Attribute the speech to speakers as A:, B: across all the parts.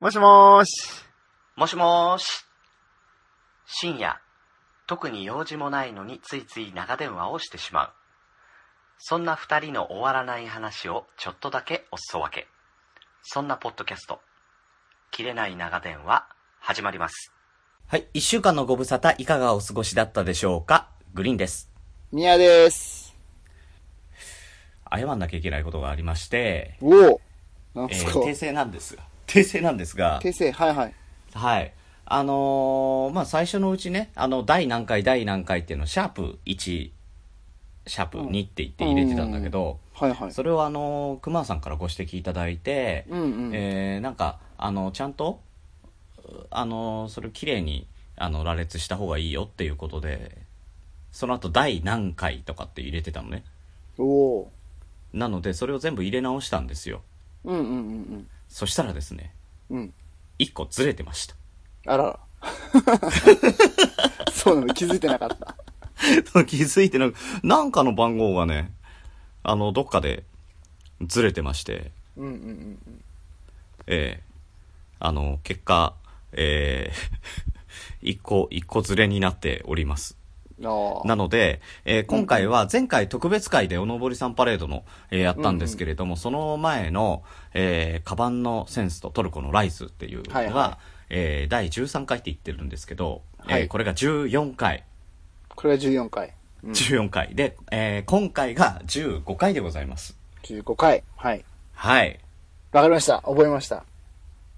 A: もしもーし。
B: もしもーし。深夜、特に用事もないのについつい長電話をしてしまう。そんな二人の終わらない話をちょっとだけおすそ分け。そんなポッドキャスト、切れない長電話、始まります。はい、一週間のご無沙汰いかがお過ごしだったでしょうかグリーンです。
A: みやです。
B: 謝んなきゃいけないことがありまして、
A: おお。なん
B: え
A: す
B: ー
A: か、
B: 訂正なんですが、訂正なんですが、
A: 訂正、はいはい。
B: はい。あのーまあ、最初のうちね、あの、第何回、第何回っていうのを、シャープ1、シャープ2って言って入れてたんだけど、
A: はいはい。
B: それをあのー、熊さんからご指摘いただいて、
A: うんうん。
B: えーなんか、あの、ちゃんと、あのーそれを綺麗に、あの、羅列した方がいいよっていうことで、その後、第何回とかって入れてたのね。
A: おお。
B: なので、それを全部入れ直したんですよ。
A: うんうんうん
B: そしたらですね、
A: うん。うん。
B: 1個ずれてました。
A: あら ら。そうなの、気づいてなかっ た。
B: 気づいてなんか、なんかの番号がね、あの、どっかでずれてまして、
A: うんうんうん。
B: ええあの、結果、え え一個、一個ずれになっております。
A: ああ。
B: なので、えー今回は前回特別会でおのぼりさんパレードの、えーやったんですけれども、その前の、えーカバンのセンスとトルコのライスっていうのが、
A: はいは
B: えー第13回って言ってるんですけど、
A: は
B: えー
A: い
B: これが14回。
A: これが14回。うん、
B: 14回で、えー今回が15回でございます。
A: 15回。はい。
B: はい。
A: わかりました。覚えました。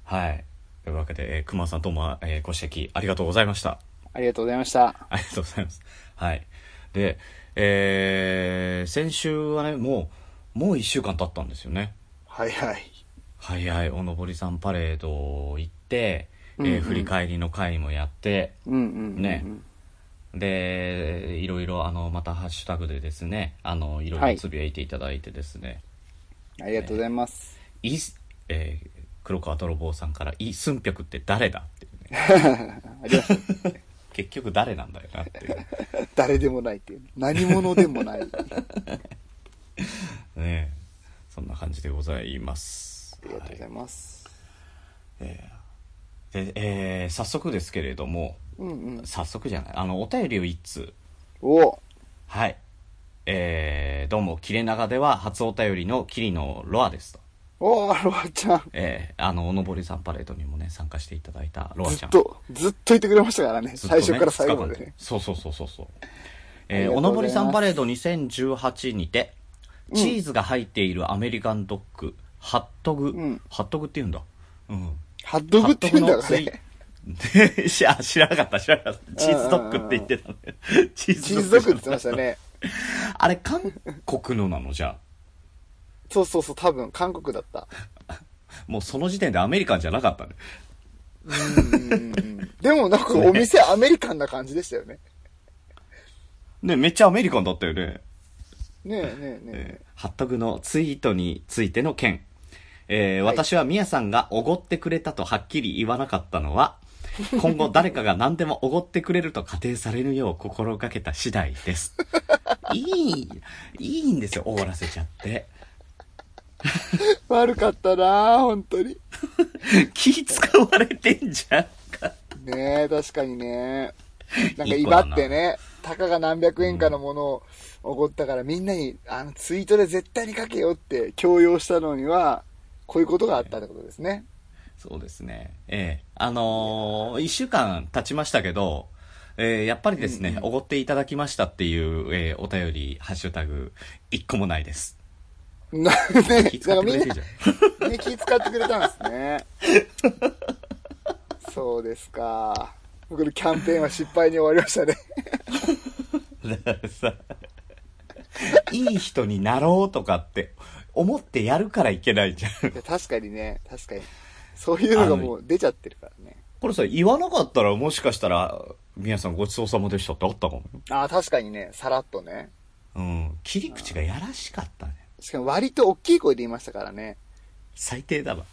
B: はい。というわけで、えー、熊さんどうも、えーご指摘ありがとうございました。
A: ありがとうございました。
B: ありがとうございます。はい。で、えー、先週はね、もう、もう1週間経ったんですよね。
A: はいはい。
B: 早い、おのぼりさんパレード行って、えー
A: うんうん
B: 振り返りの会もやって、
A: うんうんうんうん。
B: ねで、いろいろ、あの、またハッシュタグでですね、あの、いろ
A: はい
B: ろ
A: い
B: つぶやいていただいてですね、
A: ありがとうございます。
B: いす、えー黒川泥棒さんから、イ・スンピョクって誰だっていうね。
A: ありがとう。
B: 結局誰なんだよなっていう。
A: 誰でもないっていう。何者でもない。あ
B: ねえそんな感じでございます。
A: りがとうござ
B: はいい
A: ます。
B: でえー早速ですけれども、
A: うんうん。
B: 早速じゃない、あの、お便りを一通。
A: おお。
B: はい。えーどうも、切れ長では初お便りのキリのロアですと。
A: おお、ロアちゃん。
B: えーあの、おのぼりさんパレードにもね、参加していただいたロアち
A: ず
B: ゃ
A: っ
B: ん。
A: と、ずっといてくれましたからね。
B: ずっと
A: 最
B: ね
A: 初から最後ま
B: 二日間
A: で
B: で
A: ね。
B: そうそうそうそうそう。
A: あり
B: えー
A: がと
B: おの
A: うございます
B: ぼりさんパレード2018にて、チーズが入っているアメリカンドッグ、ハットグ、
A: ん
B: ハットグって言うんだ。うん。
A: ハッドグって言うんだからね。
B: ね。 しあ知らなかった、知らなかった。チーズドッグって言ってたね。チー
A: チーズドッグって言ってま
B: ま
A: し
B: した
A: ね。
B: た。あれ、韓国のなのじゃ
A: そうそうそう、多分、韓国だった。
B: あもうその時点でアメリカンじゃなかったね。
A: うんうんうんでもなんかお店アメリカンな感じでしたよね。
B: ね、めっちゃアメリカンだったよね。
A: ねえねえね
B: え
A: え。
B: ーハットグのツイートについての件。えー私はミヤさんがおごってくれたとはっきり言わなかったのは、今後誰かが何でもおごってくれると仮定されるよう心がけた次第です。いい、いいんですよ、おごらせちゃって。
A: 悪かったなぁ、本当に。
B: 気使われてんじゃんか。
A: ねえ、確かにね。なんか
B: いい子だ
A: 今
B: な
A: ってね、たかが何百円かのものをおごったからみんなに、あの、ツイートで絶対にかけよって強要したのには、こういうことがあったってことですね。
B: そうですね。ええあのー一週間経ちましたけど、えーやっぱりですね、おごっていただきましたっていう、えーお便り、ハッシュタグ、一個もないです。
A: な、ね
B: 気、使
A: な
B: っ
A: ん
B: てく
A: かみ
B: れて
A: ん
B: る
A: な
B: じゃん。
A: ね、気使ってくれたんですね。そうですか。これキャンペーンは失敗に終わりましたね。
B: だからさ、いい人になろうとかって思ってやるからいけないじゃん。
A: いや確かにね、確かに。そういうのがもう出ちゃってるからね。
B: これさ、言わなかったらもしかしたら、皆さんごちそうさまでしたってあったかもよ。
A: ああ、確かにね、さらっとね。
B: うん。切り口がやらしかったね。
A: しかも割と大きい声で言いましたからね。
B: 最低だわ。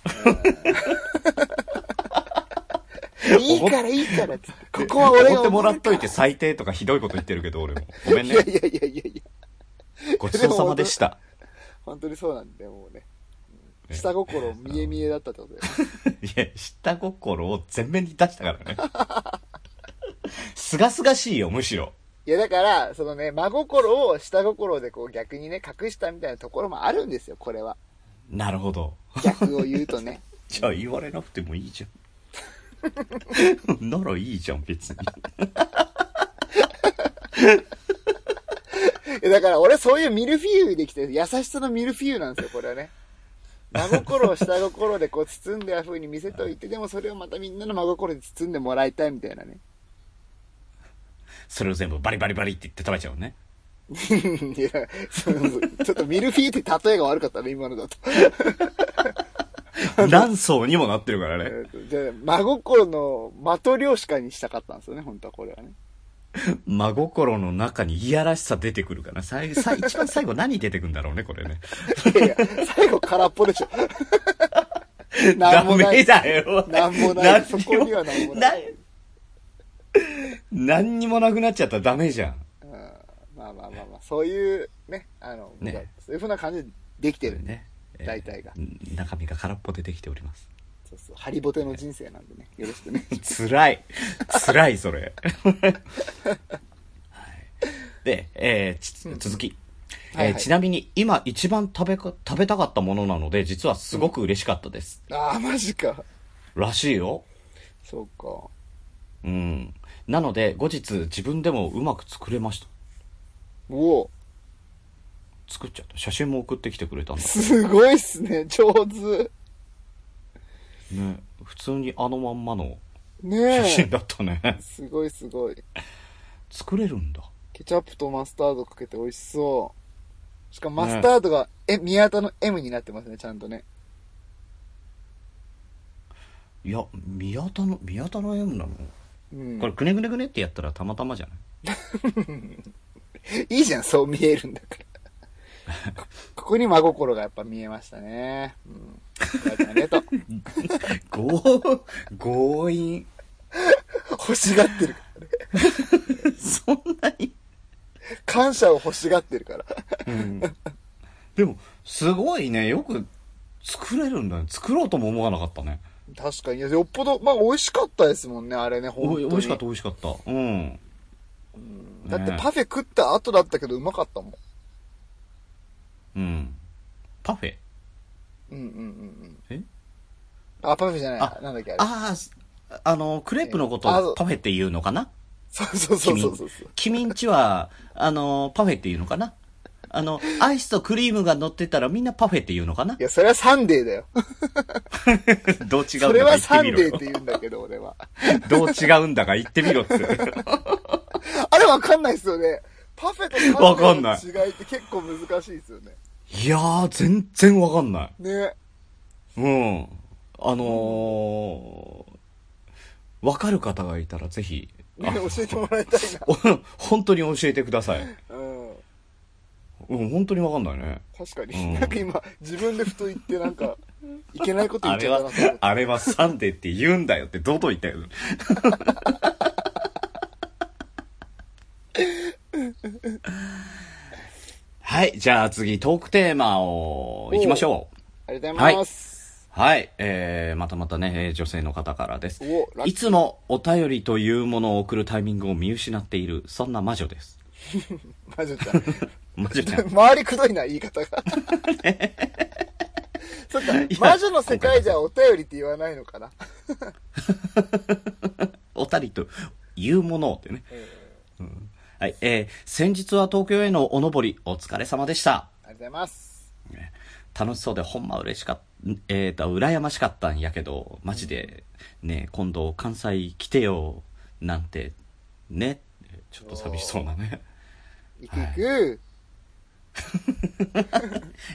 A: いいからいいからっつって。ここは
B: お
A: 俺
B: ご
A: が
B: ってもら
A: おご
B: っ
A: る
B: といて最低とかひどいこと言ってるけど、俺も。ごめん
A: い
B: ね
A: や。いやいやいやいや。
B: ごちそうさまでした。
A: 本当にそうなんだよ、もうね。
B: ね
A: 下心見え見えだったってことだよね。
B: いや、下心を全面に出したからね。すがすがしいよ、むしろ。
A: いや、だから、そのね、真心を下心でこう逆にね、隠したみたいなところもあるんですよ、これは。
B: なるほど。
A: 逆を言うとね。
B: じゃあ言われなくてもいいじゃん。ならいいじゃん、別に。
A: いやだから俺そういうミルフィーユできてる、優しさのミルフィーユなんですよ、これはね。真心を下心でこう包んだ風に見せといて、でもそれをまたみんなの真心で包んでもらいたいみたいなね。
B: それを全部バリバリバリって言って食べちゃうね。
A: いや、そうそうちょっとミルフィーユって例えが悪かったね、今のだと。
B: 何層にもなってるからね。
A: えーとじゃあ、真心の的漁師かにしたかったんですよね、本当はこれはね。
B: 真心の中にいやらしさ出てくるから。最最一番最後何出てくんだろうね、これね。
A: いやいや、最後空っぽ でしょ。な
B: ダ
A: んもな
B: メ
A: い。
B: だよ。
A: なんもない
B: 何
A: そこにはなんもない
B: な何にもなくなっちゃったらダメじゃん。
A: うんまあまあまあまあ、そういうね、あの、
B: ね
A: そういう風な感じでできてるんで、
B: ね。えー
A: 大体が。
B: 中身が空っぽでできております。
A: そうそう、ハリボテの人生なんでね、よろしくね。
B: 辛い。辛い、それ。はいで、えーち続き。
A: は
B: え
A: い
B: ー
A: はい
B: ちなみに、今一番食べか、食べたかったものなので、実はすごく嬉しかったです。
A: ああ、マジか。
B: らしいよ。
A: そうか。
B: うん。なので、後日自分でもうまく作れました。
A: おお、
B: 作っちゃった。写真も送ってきてくれたんだ。
A: すごいっすね、上手。
B: ね。普通にあのまんまの写
A: ね
B: 真
A: え。
B: だったね。
A: すごいすごい。
B: 作れるんだ。
A: ケチャップとマスタードかけて美味しそう。しかもマスタードが、え、宮田の M になってますね、ちゃんとね。
B: いや、宮田の、宮田の M なの
A: うん
B: こ。れ、くねくねくねってやったらたまたまじゃない
A: いいじゃん、そう見えるんだから。こ ここに真心がやっぱ見えましたね。うん。ありがとうありがとう。
B: 強、強引。
A: 欲しがってるからね。
B: そんなに、
A: 感謝を欲しがってるから。
B: でも、すごいね、よく作れるんだね。作ろうとも思わなかったね。
A: 確かに。よっぽど、まあ美味しかったですもんね、あれね、本当
B: おい
A: に。
B: 美味しかった、美味しかった。うん。
A: だって
B: ね
A: パフェ食った後だったけどうまかったもん。
B: うん。パフェ
A: うんうんうんうん。
B: え
A: あ、パフェじゃない。
B: あ
A: なんだっけあれ。
B: ああ、すあの、クレープのこと
A: えーあそ
B: を
A: う
B: パフェって言うのかな
A: そうそうそうそうそう。
B: 君んちは、あの、パフェって言うのかなあの、アイスとクリームが乗ってたらみんなパフェって言うのかない
A: や、それはサンデーだよ。
B: どう違うんだ
A: それ
B: か
A: は
B: 言
A: サ
B: ってみ
A: ン
B: ろ
A: デ
B: よ
A: ーって言うんだけど、俺は。
B: どう違うんだか言ってみろって。
A: あれわかんないっすよね。パフェとサンデ
B: わかんな
A: ーの違いって結構難しいっすよね。
B: いやー、全然わかんない。
A: ね。
B: うん。あのー、わかる方がいたらぜひ、
A: ね教えてもらいたい
B: お本当に教えてください。
A: な。うん。
B: うん、本当にわかんないね。
A: 確か
B: うん
A: に。なんか今、自分でふと言ってなんか、いけないこと言
B: あ
A: っち
B: れ
A: ゃった
B: は
A: なと思っ、て。
B: あれはサンデーって言うんだよ って堂々言ったけど。はい、じゃあ次トークテーマを行きましょう。
A: ありがとうございます。
B: はい、えー、またまたね、えー女性の方からです
A: おラッ。キ
B: い
A: ー
B: つもお便りというものを送るタイミングを見失っている、そんな魔女です。
A: 魔女ちゃん。
B: 魔女 ちゃん。
A: 周りくどいな、言い 方が。そっか、魔女の世界じゃお便りって言わないのかな。
B: おたりというものってね。うんはい、えー、先日は東京へのお登り、お疲れ様でした。
A: ありがとうございます。
B: ね楽しそうでほんま嬉しかった、えーと、羨ましかったんやけど、マジで、ね、今度関西来てよ、なんて、ね、ちょっと寂しそうなね。
A: 行く行く、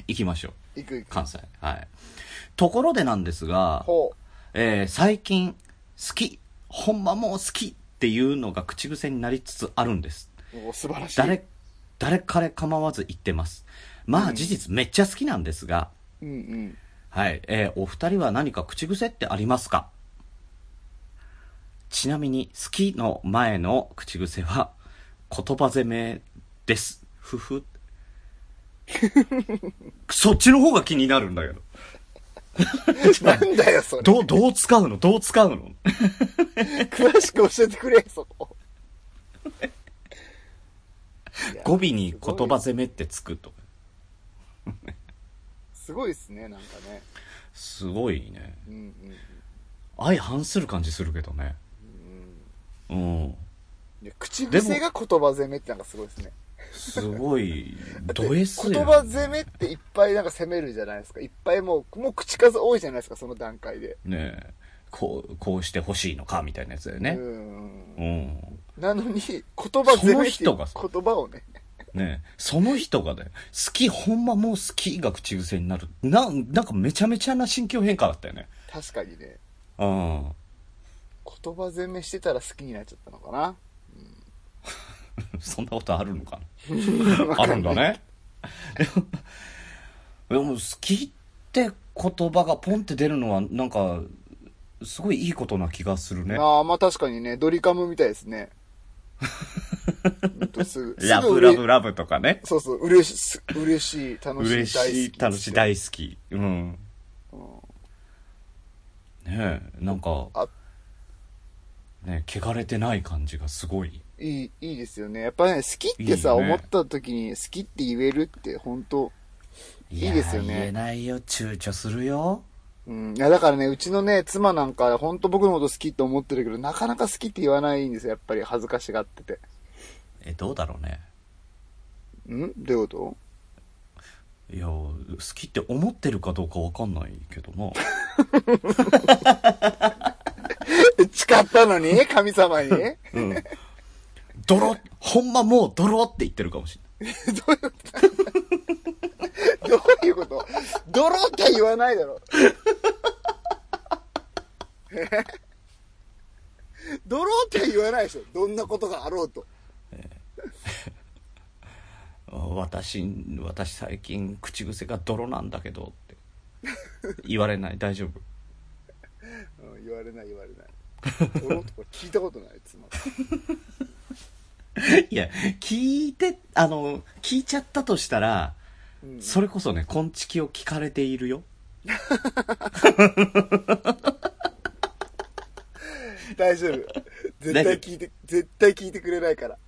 B: 行きましょう。
A: 行く行く。
B: 関西。はい。ところでなんですが、
A: ほ
B: えー最近、好き、ほんまもう好きっていうのが口癖になりつつあるんです。
A: う。お素晴らしい。
B: 誰、誰彼構わず言ってます。まあ事実めっちゃ好きなんですが、
A: うんうん。
B: はい。えーお二人は何か口癖ってありますかちなみに、好きの前の口癖は、言葉攻めです。ふふ。そっちの方が気になるんだけど。
A: なんだよ、それ。
B: どう、どう使うのどう使うの
A: 詳しく教えてくれ、そ こ。いや
B: 語尾に言葉攻めってつくと。
A: すごいですね、なんかね。
B: すごいね。
A: うんうん
B: 相反する感じするけどね。
A: うん。
B: うん。
A: で口癖が言葉攻めってなんかすごいですね。
B: すごい、ド S や ん
A: 言葉攻めっていっぱいなんか攻めるじゃないですか。いっぱいもう、もう口数多いじゃないですか、その段階で。
B: ねえ。こう、こうしてほしいのか、みたいなやつだよ
A: う
B: ね。
A: ん。
B: うん。
A: なのに、言葉攻めっていう
B: その人が
A: 言葉をね。
B: ねえ、その人がだよ。好き、ほんまもう好きが口癖になる。な、なんかめちゃめちゃな心境変化だったよね。
A: 確かにね、
B: うん。
A: 言葉攻めしてたら好きになっちゃったのかな。
B: そんなことあるのかな あるんだね。でも、でも好きって言葉がポンって出るのは、なんか、すごいいいことな気がするね。
A: ああ、まあ確かにね、ドリカムみたいで すね。ほんとすぐ、す
B: ラ
A: ぐ
B: ブ
A: 嬉
B: ラブラブとかね。
A: そうそう、嬉しいす、嬉しい、楽しい、
B: 嬉
A: 大
B: し
A: 好
B: い、
A: き。
B: 楽しい、大好き。うん。ねえ、なんか
A: あ、
B: ねえ汚れてない感じがすごい。
A: いい、いいですよね。やっぱね、好きってさ、
B: いいね
A: 思った時に好きって言えるって本当いいですよね
B: やー言えないよ、躊躇するよ。
A: うん。いや、だからね、うちのね、妻なんか、本当僕のこと好きって思ってるけど、なかなか好きって言わないんですよ。やっぱり恥ずかしがってて。
B: え、どうだろうね。
A: んどういうこ
B: いや、好きって思ってるかどうかわかんないけどな。
A: と誓ったのに神様にどういう
B: うん。ドロッ、ほんまもうドロって言ってるかもし
A: ことどういうこと泥って言わないだろ。え泥って言わないでしょ。どんなことがあろうと。
B: れない。私、私最近口癖がドロなんだけどって。 言われない、大丈夫。
A: うん、言われない言われない。泥とか聞いたことない、妻。
B: いや、聞いて、あの、聞いちゃったとしたら、
A: うん
B: それこそね、こんちきを聞かれているよ。
A: 大丈夫。絶対聞いて、絶対聞いてくれないから。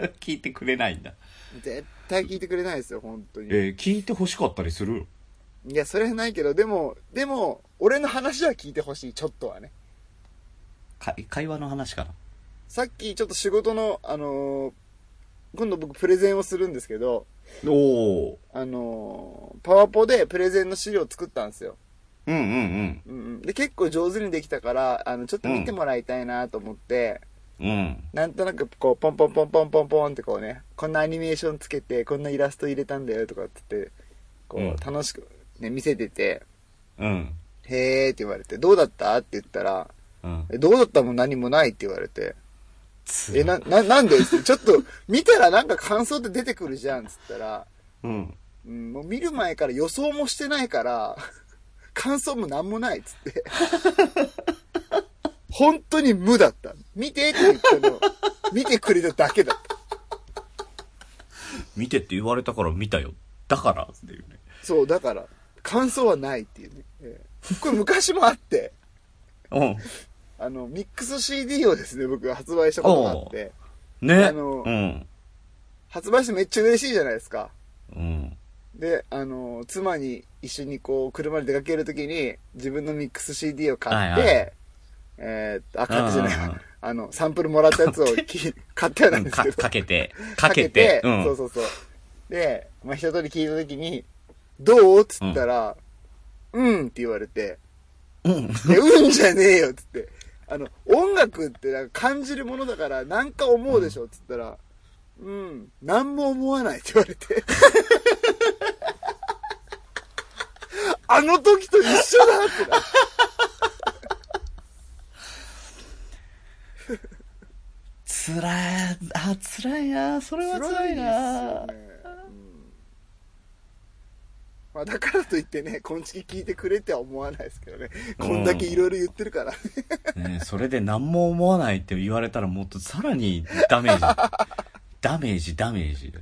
A: う
B: 聞いてくれないんだ。
A: ん、絶対聞いてくれないですよ、本当に。
B: えー聞いて欲しかったりする
A: いや、それはないけど、でも、でも、俺の話は聞いてほしい、ちょっとはね。
B: か会話の話かな。
A: さっきちょっと仕事の、あのー今度僕プレゼンをするんですけど、
B: おー。
A: あのーパワポでプレゼンの資料を作ったんですよ。
B: うんうん
A: うんうん、で、結構上手にできたから、あの、ちょっと見てもらいたいなと思って、
B: うん。うん。
A: なんとなくこうポンポンポンポンポンポンってこうねこんなアニメーションつけてこんなイラスト入れたんだよとかって言ってこ
B: うん
A: う楽しく、ね、見せてて
B: うん。
A: 「へーって言われて「どうだった?」って言ったら
B: うん
A: 「えどうだったも何もない」って言われて「
B: つ
A: えなななんで?」 ってちょっと見たらなんか感想って出てくるじゃん」っつったら、
B: うん。
A: うん「もう見る前から予想もしてないから 感想も何もない」っつって 「本当に無だった」「見て」って言ったの見てくれただけだった。
B: 見てって言われたから見たよ。だからっていうね。
A: そう、だから、感想はないっていうね。ええこれ昔もあって、
B: う
A: あの、ミックス CD をですね、僕発売したことがあって、
B: ん。ね。
A: あの
B: うん。
A: 発売してめっちゃ嬉しいじゃないですか。
B: うん。
A: で、あの、妻に一緒にこう、車で出かけるときに、自分のミックス CD を買って、
B: はいは
A: えーっと、あ、買ってじゃない
B: うんうんう
A: わ
B: ん。
A: あの、サンプルもらったやつを き買ったようなんです
B: か
A: けど。
B: かけて、 かけて、う。
A: そうんそうそう。で、まあ、一通り聞いたときに、どうっつったら、うんって言われて、
B: うん。
A: いや、うんじゃねえよっつって。あの、音楽ってなんか感じるものだから、なんか思うでしょっつったら、うん、なんも思わないって言わ れて。あの時と一緒だってな。
B: つらい、あ、つらいな。それはつらいな。
A: 辛いですよねうんまあ、だからといってね、こんちき聞いてくれっては思わないですけどね。こんだけいろいろ言ってるから ね。
B: ねそれで何も思わないって言われたらもっとさらにダメージ、 ダメージ、ダメージ。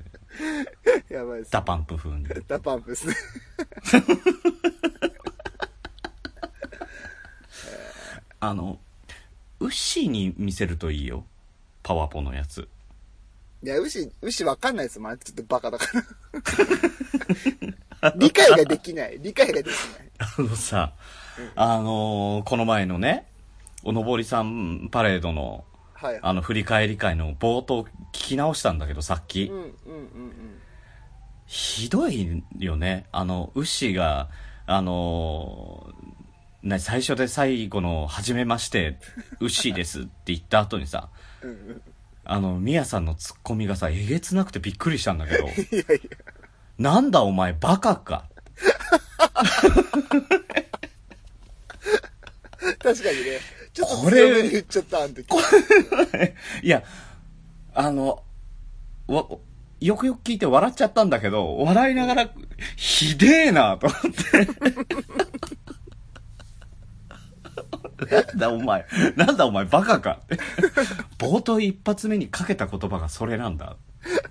A: やばいです。
B: ダパンプ風に。
A: ダパンプですね。
B: あのウッシーに見せるといいよパワポのやつ
A: いや、牛、牛わかんないですもん。ちょっとバカ だから。理解ができない。理解ができない。
B: あのさ、あのーこの前のね、おのぼりさんパレードの、
A: はいは
B: あの、振り返り会の冒頭聞き直したんだけど、さっ
A: い。
B: き
A: うん。うんうんうん。
B: ひどいよね。あの、ウッシーが、あのーな最初で最後の、初めまして、ウッシーですって言った後にさ、あの、ミヤさんのツッコミがさ、えげつなくてびっくりしたんだけど、
A: いやいや。
B: なんだお前バカか。
A: 確かにね。ちょっと
B: こ
A: 強
B: れ
A: めに言っちゃった、あの時。
B: いや、あの、わ、よくよく聞いて笑っちゃったんだけど、笑いながら、ひでえなと思って。なんだお前、なんだお前バカかって。冒頭一発目にかけた言葉がそれなんだ。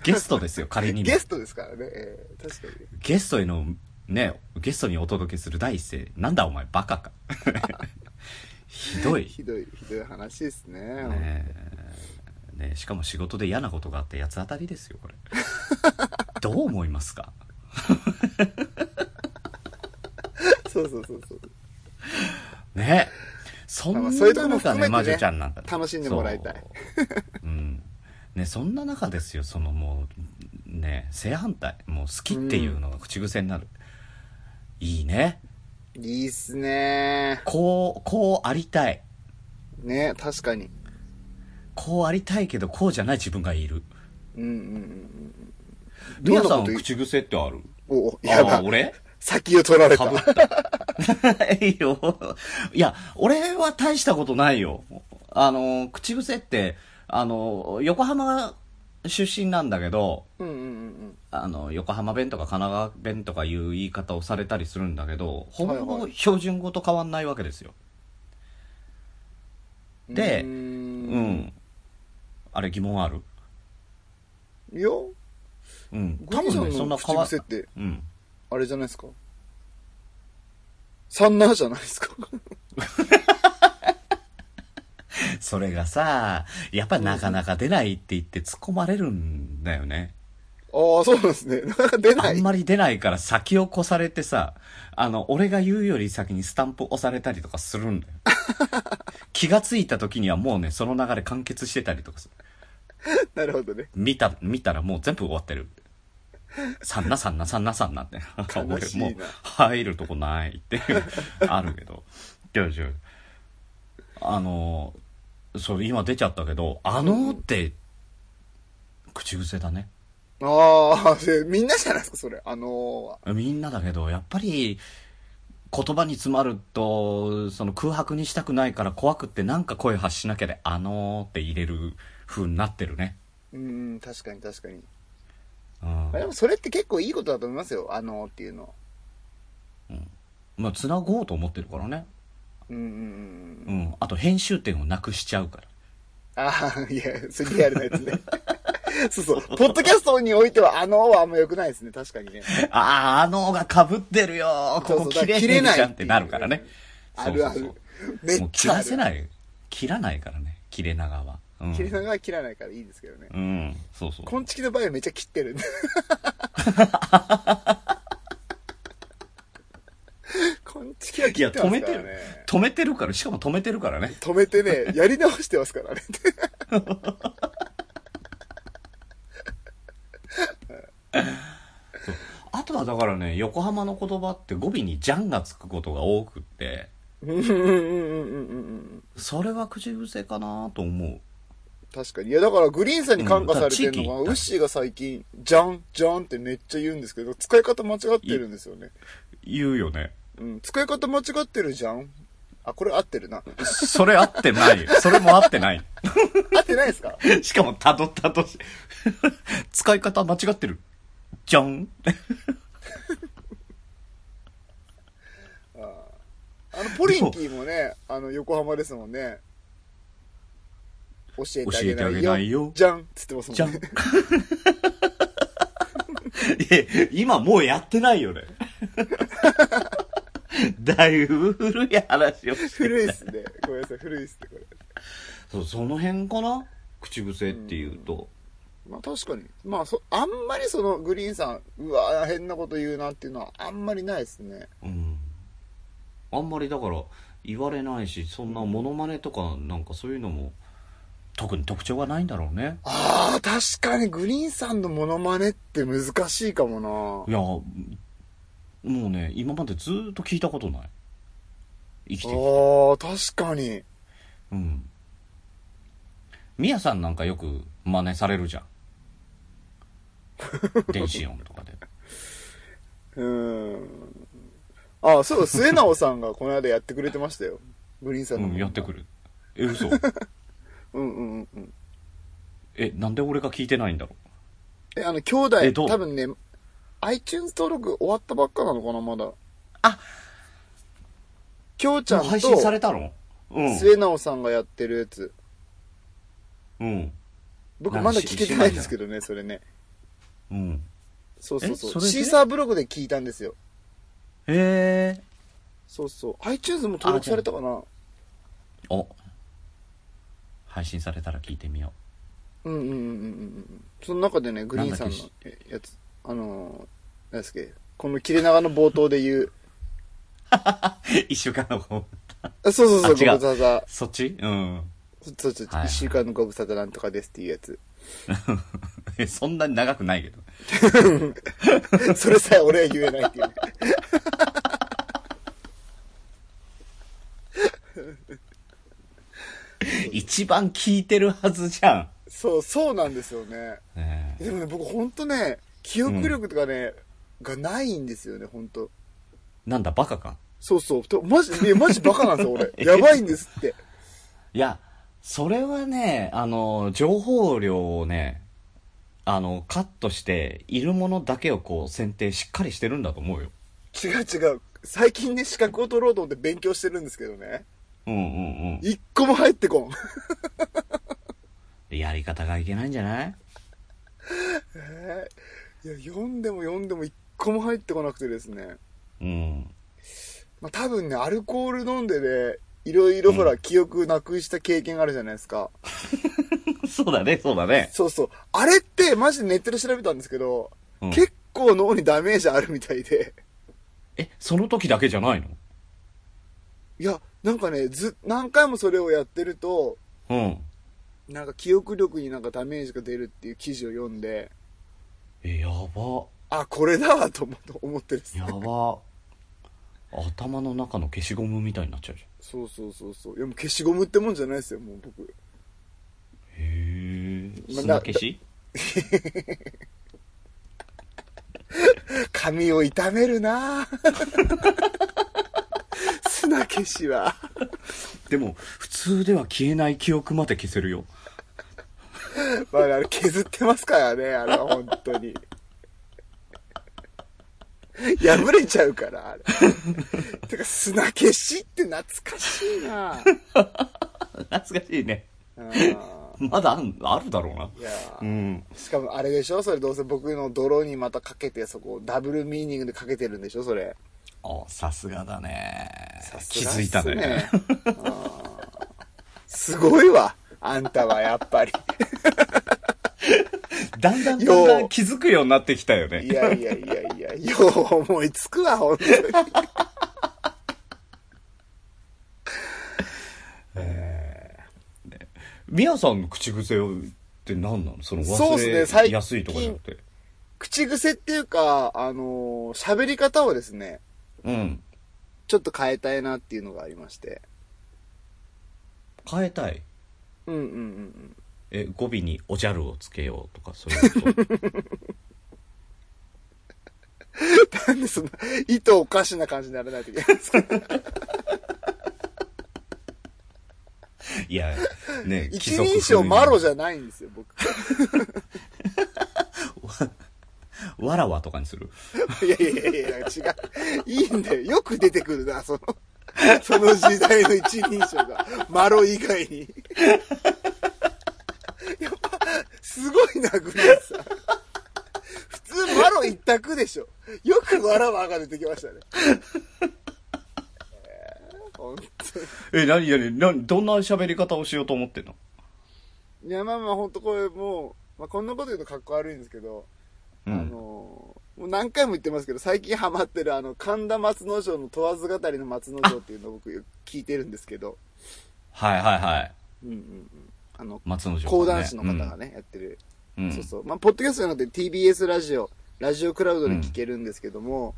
B: ゲストですよ、仮にね。
A: ゲストですからね。えー確かにね。
B: ゲストへの、ね、ゲストにお届けする第一声、なんだお前バカか。ひどい。
A: ひどい、ひどい話ですね。
B: ねえねえしかも仕事で嫌なことがあって八つ当たりですよこ れどう思いますか
A: そうそうそうそう。
B: ねえそん
A: まあ
B: な
A: まあそういうところも
B: 中
A: 含
B: ね
A: めてね
B: 魔女ちゃんなんか
A: 楽しんでもらいたい
B: そううんねそんな中ですよそのもうね正反対もう好きっていうのが口癖になる、いいね
A: いいっすね。
B: こうこうありたい
A: ね、確かに。
B: こうありたいけどこうじゃない自分がいる
A: うんうんうん
B: みやさ
A: どんなこ
B: ん
A: と言う
B: 口癖ってある
A: うん。おお、や
B: ああ
A: だ
B: ー。俺
A: 先を取られた。
B: かぶった。 いいよ。いや、俺は大したことないよ。あの、口癖って、あの、横浜出身なんだけど、
A: うんうんうん
B: あの、横浜弁とか神奈川弁とかいう言い方をされたりするんだけど、ほ
A: はい
B: ぼ
A: はい
B: 標準語と変わんないわけですよ。
A: うん。
B: で
A: うー。
B: うんん。あれ疑問ある
A: いや、
B: うん。
A: ゴ
B: 多
A: リさ
B: 分
A: ん
B: ね、そん
A: の
B: な
A: 口
B: 変わ
A: 癖って、
B: うん。
A: あれじゃないですかサンナーじゃないですか
B: それがさ、やっぱなかなか出ないって言って突っ込まれるんだよね。
A: ああ、そうなんですね。 なんか出な
B: あん
A: い。
B: まり出ないから先を越されてさ、あの、俺が言うより先にスタンプ押されたりとかする んだよ。気がついた時にはもうね、その流れ完結してたりとかする。
A: なるほどね。
B: 見た、見たらもう全部終わってる。さんなさんなさんなさんなって。
A: 悲しいな
B: 俺もう入るとこないっていう、あるけど。ちょいちょいあの、それ今出ちゃったけど、あのーって、口癖だね。
A: ああ、でみんなじゃないですか、それ。あの
B: みんなだけど、やっぱり、言葉に詰まると、その空白にしたくないから怖くってなんか声発しなきゃで、あのーって入れる風になってるね。
A: ー、うん、確かに確かに。
B: うん
A: あ。でもそれって結構いいことだと思いますよ、あのーっていうのは。
B: まあ、繋ごうと思ってるからね。
A: うんうんうんうん。
B: うん。あと、編集点をなくしちゃう から。
A: ああ、いや、それリアルなやつね。 そうそう。ポッドキャストにおいては、あのーはあんま良くないですね、確かにね。
B: あー、あのーが被ってるよーここ
A: そうそうだ
B: 切
A: から
B: れねえじゃんってなるからね。
A: あるあ
B: そう
A: る
B: そう。
A: め
B: そうも
A: っ
B: う切
A: ちゃあ
B: ら
A: る。
B: せない。切らないからね。切れ長は。うん。
A: 切りながら切らないからいいですけどね。
B: うん。そうそう。
A: こんちきの場合はめっちゃ切ってるん で。こんちきは切ってますから
B: い
A: ね
B: や。止めてるから、しかも止めてるからね。
A: 止めてね、やり直してますからね。
B: あとはだからね、横浜の言葉って語尾に「じゃん」がつくことが多くって、
A: うんうんうんうんうんうん。
B: それは口癖かなと思う。
A: 確かに。いや、だからグリーンさんに感化されてる
B: うんだから地域
A: のが、
B: 行った
A: ウッシーが最近、ジャン、ジャンってめっちゃ言うんですけど、使い方間違ってるんですよね。
B: 言うよね。
A: うん、使い方間違ってるじゃん。あ、これ合ってるな。
B: それ合って ない。それも合ってない。
A: 合ってないですか
B: しかもたどたどし。 使い方間違ってる。じゃん。
A: あの、ポリンキーもね、あの、横浜ですもんね。教えてあ
B: 教えてあ
A: げないよ。
B: げないよ
A: じゃんっつってます
B: じゃ
A: も
B: ん。
A: ん
B: い
A: ね。
B: や今もうやってないよね。だいぶ古い話をして
A: 古いっすね。ごめんなさい、古いっすね、これ。
B: そうその辺かな口癖っていうと。
A: まあ確かに。まあそ、あんまりそのグリーンさん、うわ変なこと言うなっていうのはあんまりないですね。
B: うん。あんまりだから言われないし、そんなモノマネとかなんかそういうのも、特に特徴がないんだろうね。
A: ああ、確かにグリーンさんのモノマネって難しいかも
B: いや、もうね、今までずーっと聞いたことない。生き
A: な。
B: てる。
A: ああ、確かに。
B: うん。みやさんなんかよく真似される じゃん。電子音とか で。
A: うーん。ああ、そう、末直さんがこの間やってくれてましたよ。グリーンさん
B: う
A: の。
B: ん、やってく
A: る。
B: る。え、嘘。
A: うんうんうんうん。
B: え、なんで俺が聞いてないんだろ
A: え、あの、兄
B: え
A: 弟、
B: どう
A: 多分ね、iTunes 登録終わったばっかなのかな、まだ。
B: あ
A: きょうち
B: う。
A: ゃ
B: も
A: ん
B: う配
A: と、
B: 信されたのうん。
A: 末直さんがやってるやつ。
B: うん。
A: 僕
B: なん
A: ま
B: か
A: だ
B: し
A: 聞けてないんですけどね、それね。
B: うん。
A: そうそうそ。
B: えそうれで
A: シーサーブログで聞いたんですよ。
B: へえ。
A: そうそう。iTunes も登録されたかな
B: お。配信されたら聞いてみよ
A: うんうんうんうんうん。その中でね、グリーンさんの
B: なんだっ
A: やつ、あのー、なんですっけ、この切れ長の冒頭で言う、
B: う。 一週間の後。
A: あそうそうそう、
B: あ
A: ご
B: 違
A: 無
B: う
A: 沙汰。
B: そっちうん。
A: そうそう、
B: はい
A: 一週間のご無沙汰なんとかですっていうやつ。
B: えそんなに長くないけど。
A: それさえ俺は言えないっていうね。
B: 一番聞いてるはずじゃん。
A: そう、そうなんですよね。
B: ねえ
A: でもね、僕ほんとね、記憶力とかね、がないんですよね、ほんと。
B: なんだ、バカか。
A: そうそう。とマジ、いやマジバカなんですよ、俺。やばいんですって。
B: いや、それはね、あの、情報量をね、あの、カットして、いるものだけをこう、選定しっかりしてるんだと思うよ。
A: 違う違う。最近ね、資格を取ろうと思って勉強してるんですけどね。
B: うんうん
A: 一個も入ってこん。
B: うん。やり方がいけないんじゃない
A: えーいや、読んでも読んでも一個も入ってこなくてですね。
B: うん。
A: まあ、多分ね、アルコール飲んでね、いろいろほら、記憶なくした経験があるじゃないですか。
B: そうだね、そうだね。
A: そうそう。あれって、マジでネットで調べたんですけど、
B: うん
A: 結構脳にダメージあるみたいで。
B: え、その時だけじゃないの
A: いや、なんかね、ず、何回もそれをやってると、
B: うん。
A: なんか記憶力になんかダメージが出るっていう記事を読んで、
B: え、やば。
A: あ、これだわと思って思ってるっす
B: やば。頭の中の消しゴムみたいになっちゃうじ
A: そうそうそうそう。いや、もう消しゴムってもんじゃないですよ、もう僕。
B: ゃん。へえ。
A: まあ
B: 砂消し
A: 髪を傷めるなぁ砂消しは。
B: でも、普通では消えない記憶まで消せるよ。
A: まあ、あれ削ってますからね、あれは本当に。破れちゃうから、あれ。てか、砂消しって懐かしいなぁ。
B: 懐かしいね。
A: うん
B: まだあんあるだろうな。
A: いやぁ
B: うん。
A: しかもあれでしょそれどうせ僕の泥にまたかけて、そこをダブルミーニングでかけてるんでしょそれ。
B: お、さすがだね。
A: さす
B: 気
A: がっ
B: づ
A: す
B: いたね。。
A: あーすごいわ。あんたはやっぱり。
B: だんだんだんだ
A: よ
B: ん
A: う
B: 気づくようになってきたよね。
A: いやいやいやいや、よう思いつくわ、本当に。
B: みやさんの口癖って何なのその
A: そ
B: 忘
A: うっすね
B: れ
A: 最
B: やすいとかじゃなくて。
A: 口癖っていうか、あのー喋り方をですね、
B: うん。
A: ちょっと変えたいなっていうのがありまして。
B: 変えたい。
A: うんうんうんうん。
B: え、語尾におじゃるをつけようとかそういうこと。
A: なんでそんな、意図おかしな感じにならないといけないんですか
B: いや、ね、
A: 一人称マロじ
B: ゃ。
A: ゃないんですよ、僕。
B: わらわとかにする。
A: いやいやいやいや、違う。いいんだよ。よく出てくるな、その、その時代の一人称が。マロ以外に。やっぱ、すごいな、グリーンさん。普通マロ一択でしょ。よくわらわが出てきましたね。本当に。
B: え、何何何どんな喋り方をしようと思ってんの
A: いや、まあまあ、本当これもう、まあ、こんなこと言うとかっこ悪いんですけど、
B: う
A: あのー、
B: ん。
A: もう何回も言ってますけど、最近ハマってるあの、神田松之丞の問わず語りの松之丞っていうのを僕よく聞いてるんですけど、
B: はいはいはい。
A: うんうんうん。あの、
B: 松之丞、ね。
A: 講談師の方がね、やってる。
B: うん。うん。
A: そうそう。まあ、ポッドキャストじゃなくて TBS ラジオ、ラジオクラウドで聞けるんですけども、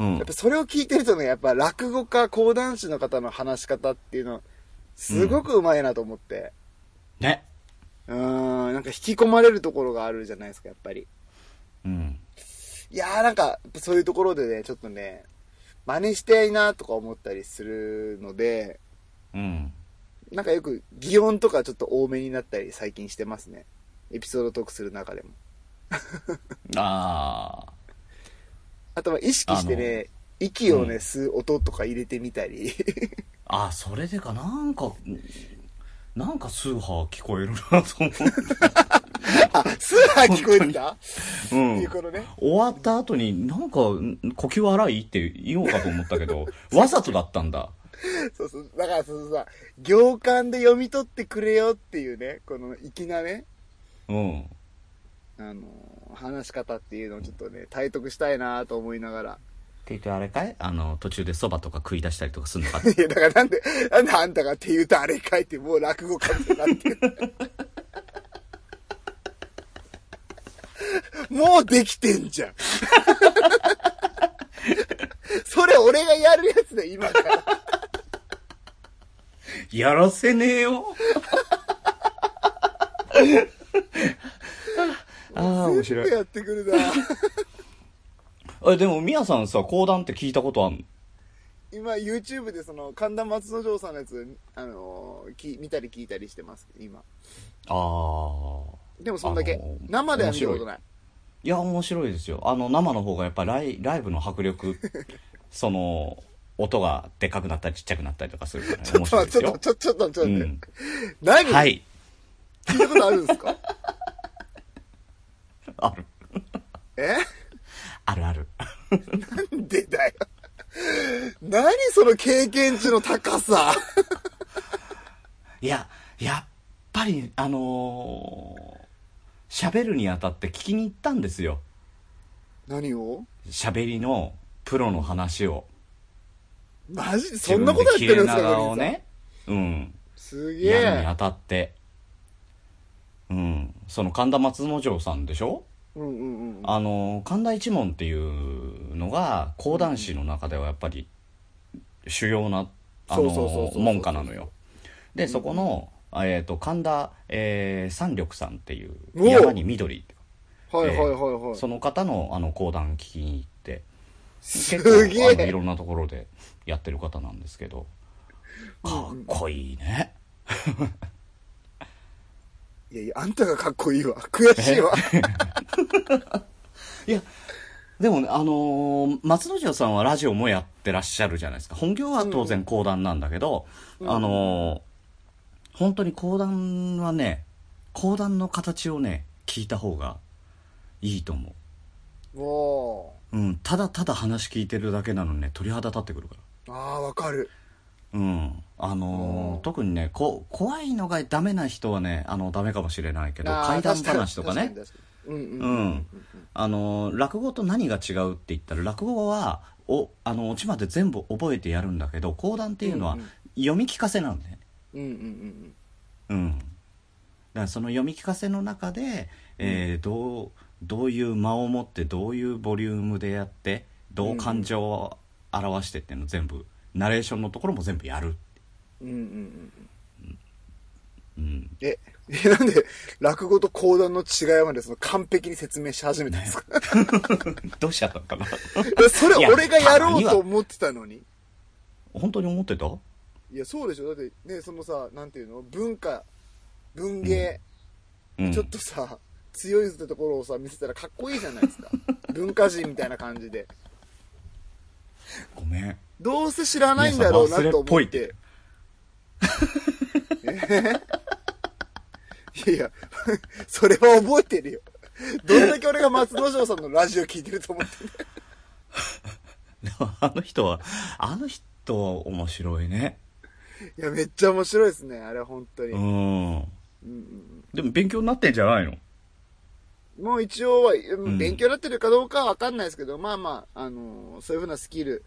B: うん
A: やっぱそれを聞いてるとね、やっぱ落語家、講談師の方の話し方っていうの、すごくうまいなと思って。
B: ね。
A: うーん、なんか引き込まれるところがあるじゃないですか、やっぱり。
B: うん。
A: いやーなんか、そういうところでね、ちょっとね、真似したいなとか思ったりするので、
B: うん。
A: なんかよく、擬音とかちょっと多めになったり最近してますね。エピソードトークする中でも。
B: ああ。
A: あとは意識してね、息をね、吸う音とか入れてみたり。
B: あー、それでか、なんか、なんかスーハー聞こえるなと思って。
A: あ、スーハー聞こえてた
B: うん
A: っていうことね。
B: 終わった後になんかん呼吸荒いって言おうかと思ったけ ど、わざとだったんだ。
A: そうそう。だからそうそうさ、行間で読み取ってくれよっていうね、この粋なね、
B: うん。
A: あのー話し方っていうのをちょっとね、体得したいなと思いながら。
B: って言ってあれかいあの、途中で蕎麦とか食い出したりとかするのか
A: いや、だからなんで、なんであんたがって言うとあれ書いて、もう落語家になってる。 もうできてんじゃん。 それ俺がやるやつだよ、今から。
B: やらせねえ よああ、面白
A: 全部
B: い。
A: やってくるな。
B: あでも、みやさんさ、講談って聞いたことあんの
A: 今 YouTube でその神田松之丞さんのやつ、あのーき見たり聞いたりしてます今
B: ああ。
A: でもそんだけ、
B: あのー
A: 生では見たことない
B: いや、面白いですよ。あの、生の方がやっぱライライブの迫力、 その、音がでかくなったりちっちゃくなったりとかするから、ね、
A: ちょ
B: 面
A: っと
B: 白い
A: 待
B: で
A: って
B: す
A: ちょっと
B: よ。
A: ちょっとちょっとちょっと待って、
B: うん
A: 何、
B: はい。
A: 聞いたことあるんですか
B: ある。
A: え
B: あるある。
A: なんでだよ何その経験値の高さ
B: いや、やっぱり、あのー喋るにあたって聞きに行ったんですよ。
A: 何を
B: 喋りのプロの話を。
A: マジでそんなことやってるんで
B: 自
A: す
B: 分で切れ
A: か
B: 長を
A: グリーンさん
B: ね。うん。
A: すげ
B: やるに
A: え
B: あたって。うん。その神田松之丞さんでしょ
A: うんうんうん
B: あの神田一門っていうのが講談師の中ではやっぱり主要なあ
A: そうそうそうそう
B: の
A: そう
B: 門下なのよでそこの、えー、と神田、えー三緑さんっていう
A: おお
B: 山に緑
A: はいはいはいはい、
B: その方のあの講談聞きに行って
A: す
B: 結構
A: げ
B: あのい
A: え
B: ろんなところでやってる方なんですけどかっこいいね
A: いやいやあんたがかっこいいわ悔しいわ
B: いやでもね、あのー松之丞さんはラジオもやってらっしゃるじゃないですか。本業は当然講談なんだけど、あのー本当に講談はね、講談の形をね、聞いた方がいいと思
A: も
B: う。うん、ただただ話聞いてるだけなのにね、鳥肌立ってくるから。
A: うああわかる
B: うん。あ
A: う
B: の
A: ん
B: ー特にね、こ、怖いのがダメな人はね、あの、ダメかもしれないけど、
A: あー
B: 怪談話とかね。。
A: 確に確かにうん
B: う
A: うんうん
B: ん、あの落語と何が違うって言ったら落語はおあの落ちまで全部覚えてやるんだけど講談っていうのは
A: うんうん
B: 読み聞かせなんだよね、
A: うんうんうん
B: うん、だからその読み聞かせの中で、えーどうどういう間を持ってどういうボリュームでやってどう感情を表してっていうのを全部ナレーションのところも全部やる、
A: うんうんうんうん
B: うん、
A: え、え、なんで、落語と講談の違いまでその完璧に説明し始めたんですか、
B: どうしちゃったのかな
A: それ
B: いや
A: 俺がやろう
B: たまには
A: と思ってたのに。
B: 本当に思ってた
A: いや、そうでしょ。だってね、そのさ、なんていうの文化、文芸、
B: うん
A: ちょっとさ、強いってところをさ、見せたらかっこいいじゃないですか。 文化人みたいな感じで。
B: ごめん
A: どうせ知らないんだろうなと思って。え いや、 それは覚えてるよ。どんだけ俺が松之丞さんのラジオ聞いてると思ってんだよ
B: でもあの人は、あの人人面白いね。
A: いや、めっちゃ面白いですね、あれは本当に。
B: うん。
A: うん
B: でも勉強になってんじゃないの
A: もう一応は、うん
B: ん
A: 勉強になってるかどうかはわかんないですけど、まあまあ、あのーそういうふうなスキル、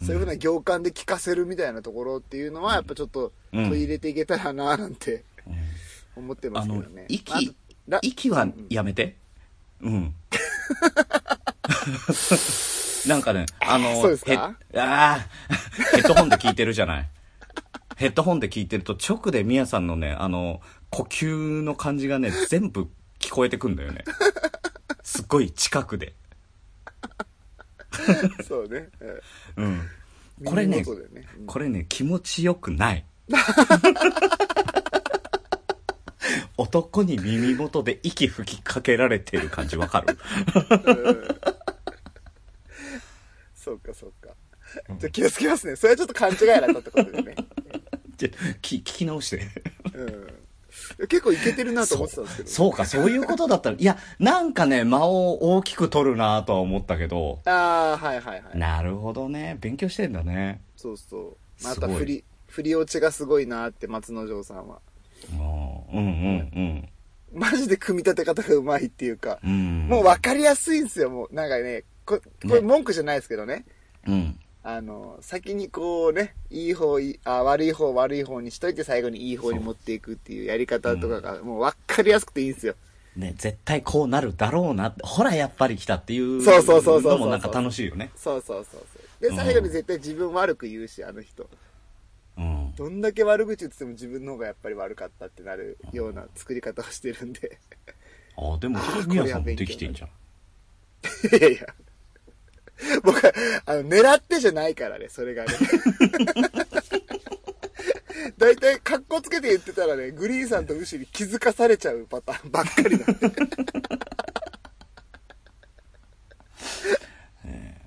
A: そういうふうな行間で聞かせるみたいなところっていうのは、やっぱちょっと
B: うん
A: 取り入れていけたらな、なんて思ってま
B: あ
A: すけ
B: の
A: どね、。まあ
B: 息、
A: ら
B: 息はやめて。うん。 なんかね、あの、
A: そうですか
B: ヘッあー ヘッドホンで聞いてるじゃない。ヘッドホンで聞いてると、直でミヤさんのね、あの、呼吸の感じがね、全部聞こえてくんだよ ね。すっごい近くで。
A: そうね。え
B: うん。
A: ー
B: これね
A: 耳、元でねうん
B: これね、気持ちよく ない。男に耳元で息吹きかけられてる感じわか る
A: そうか、そうか。じゃあ気をつけますね。それはちょっと勘違いだったってことでね。
B: ちょき聞き直して。
A: うん、結構いけてるなと思ってたんですけ ど。
B: そうか、そういうことだったら、いや、なんかね、間を大きく取るなとは思ったけど、
A: ああ、はいはいはい。
B: なるほどね。勉強してんだね。
A: そうそう。また
B: すごい
A: 振り、振り落ちがすごいなって、松之丞さんは。
B: もううんうん
A: マジで組み立て方がうまいっていうか
B: うん。う、ん。
A: もう分かりやすいんですよ、もう。なんかね、ここ
B: ね
A: れ文句じゃないですけどね。
B: うん。
A: あの、先にこうね、いい方、いいあ悪い方、悪い方にしといて、最後にいい方に持っていくっていうやり方とかが、もう分かりやすくていいんですよ。
B: ね、絶対こうなるだろうなって、ほら、やっぱり来たっていう
A: そうそうそうそうそう
B: のもなんか楽しいよね。
A: そうそうそうそう。で、
B: うん
A: 最後に絶対自分悪く言うし、あの人。
B: うん。
A: どんだけ悪口言ってても自分の方がやっぱり悪かったってなるような作り方をしてるんで。
B: あ、でも、それ、みやさんできてんじゃん。
A: いやいや。僕は、あの、狙ってじゃないからね、それがね。 だいたい格好つけて言ってたらね、グリーンさんとウシに気づかされちゃうパターン ばっかりなんで。
B: ね、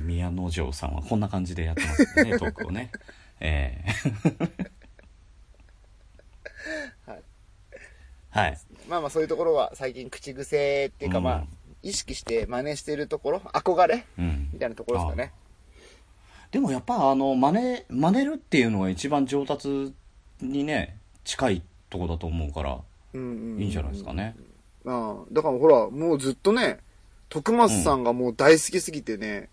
B: 宮之丞さんはこんな感じでやってますね、トーク をね。ええ
A: はい
B: はい。
A: まあまあそういうところは最近口癖っていうか
B: うん
A: まあ、意識して真似してるところ、憧れ
B: うん
A: みたいなところですかね。
B: でもやっぱあの、真似、真似るっていうのが一番上達にね、近いとこだと思うから、
A: うんうん。
B: いいんじゃないですかね。
A: ああ、だからほら、もうずっとね、徳松さんがもう大好きすぎてね、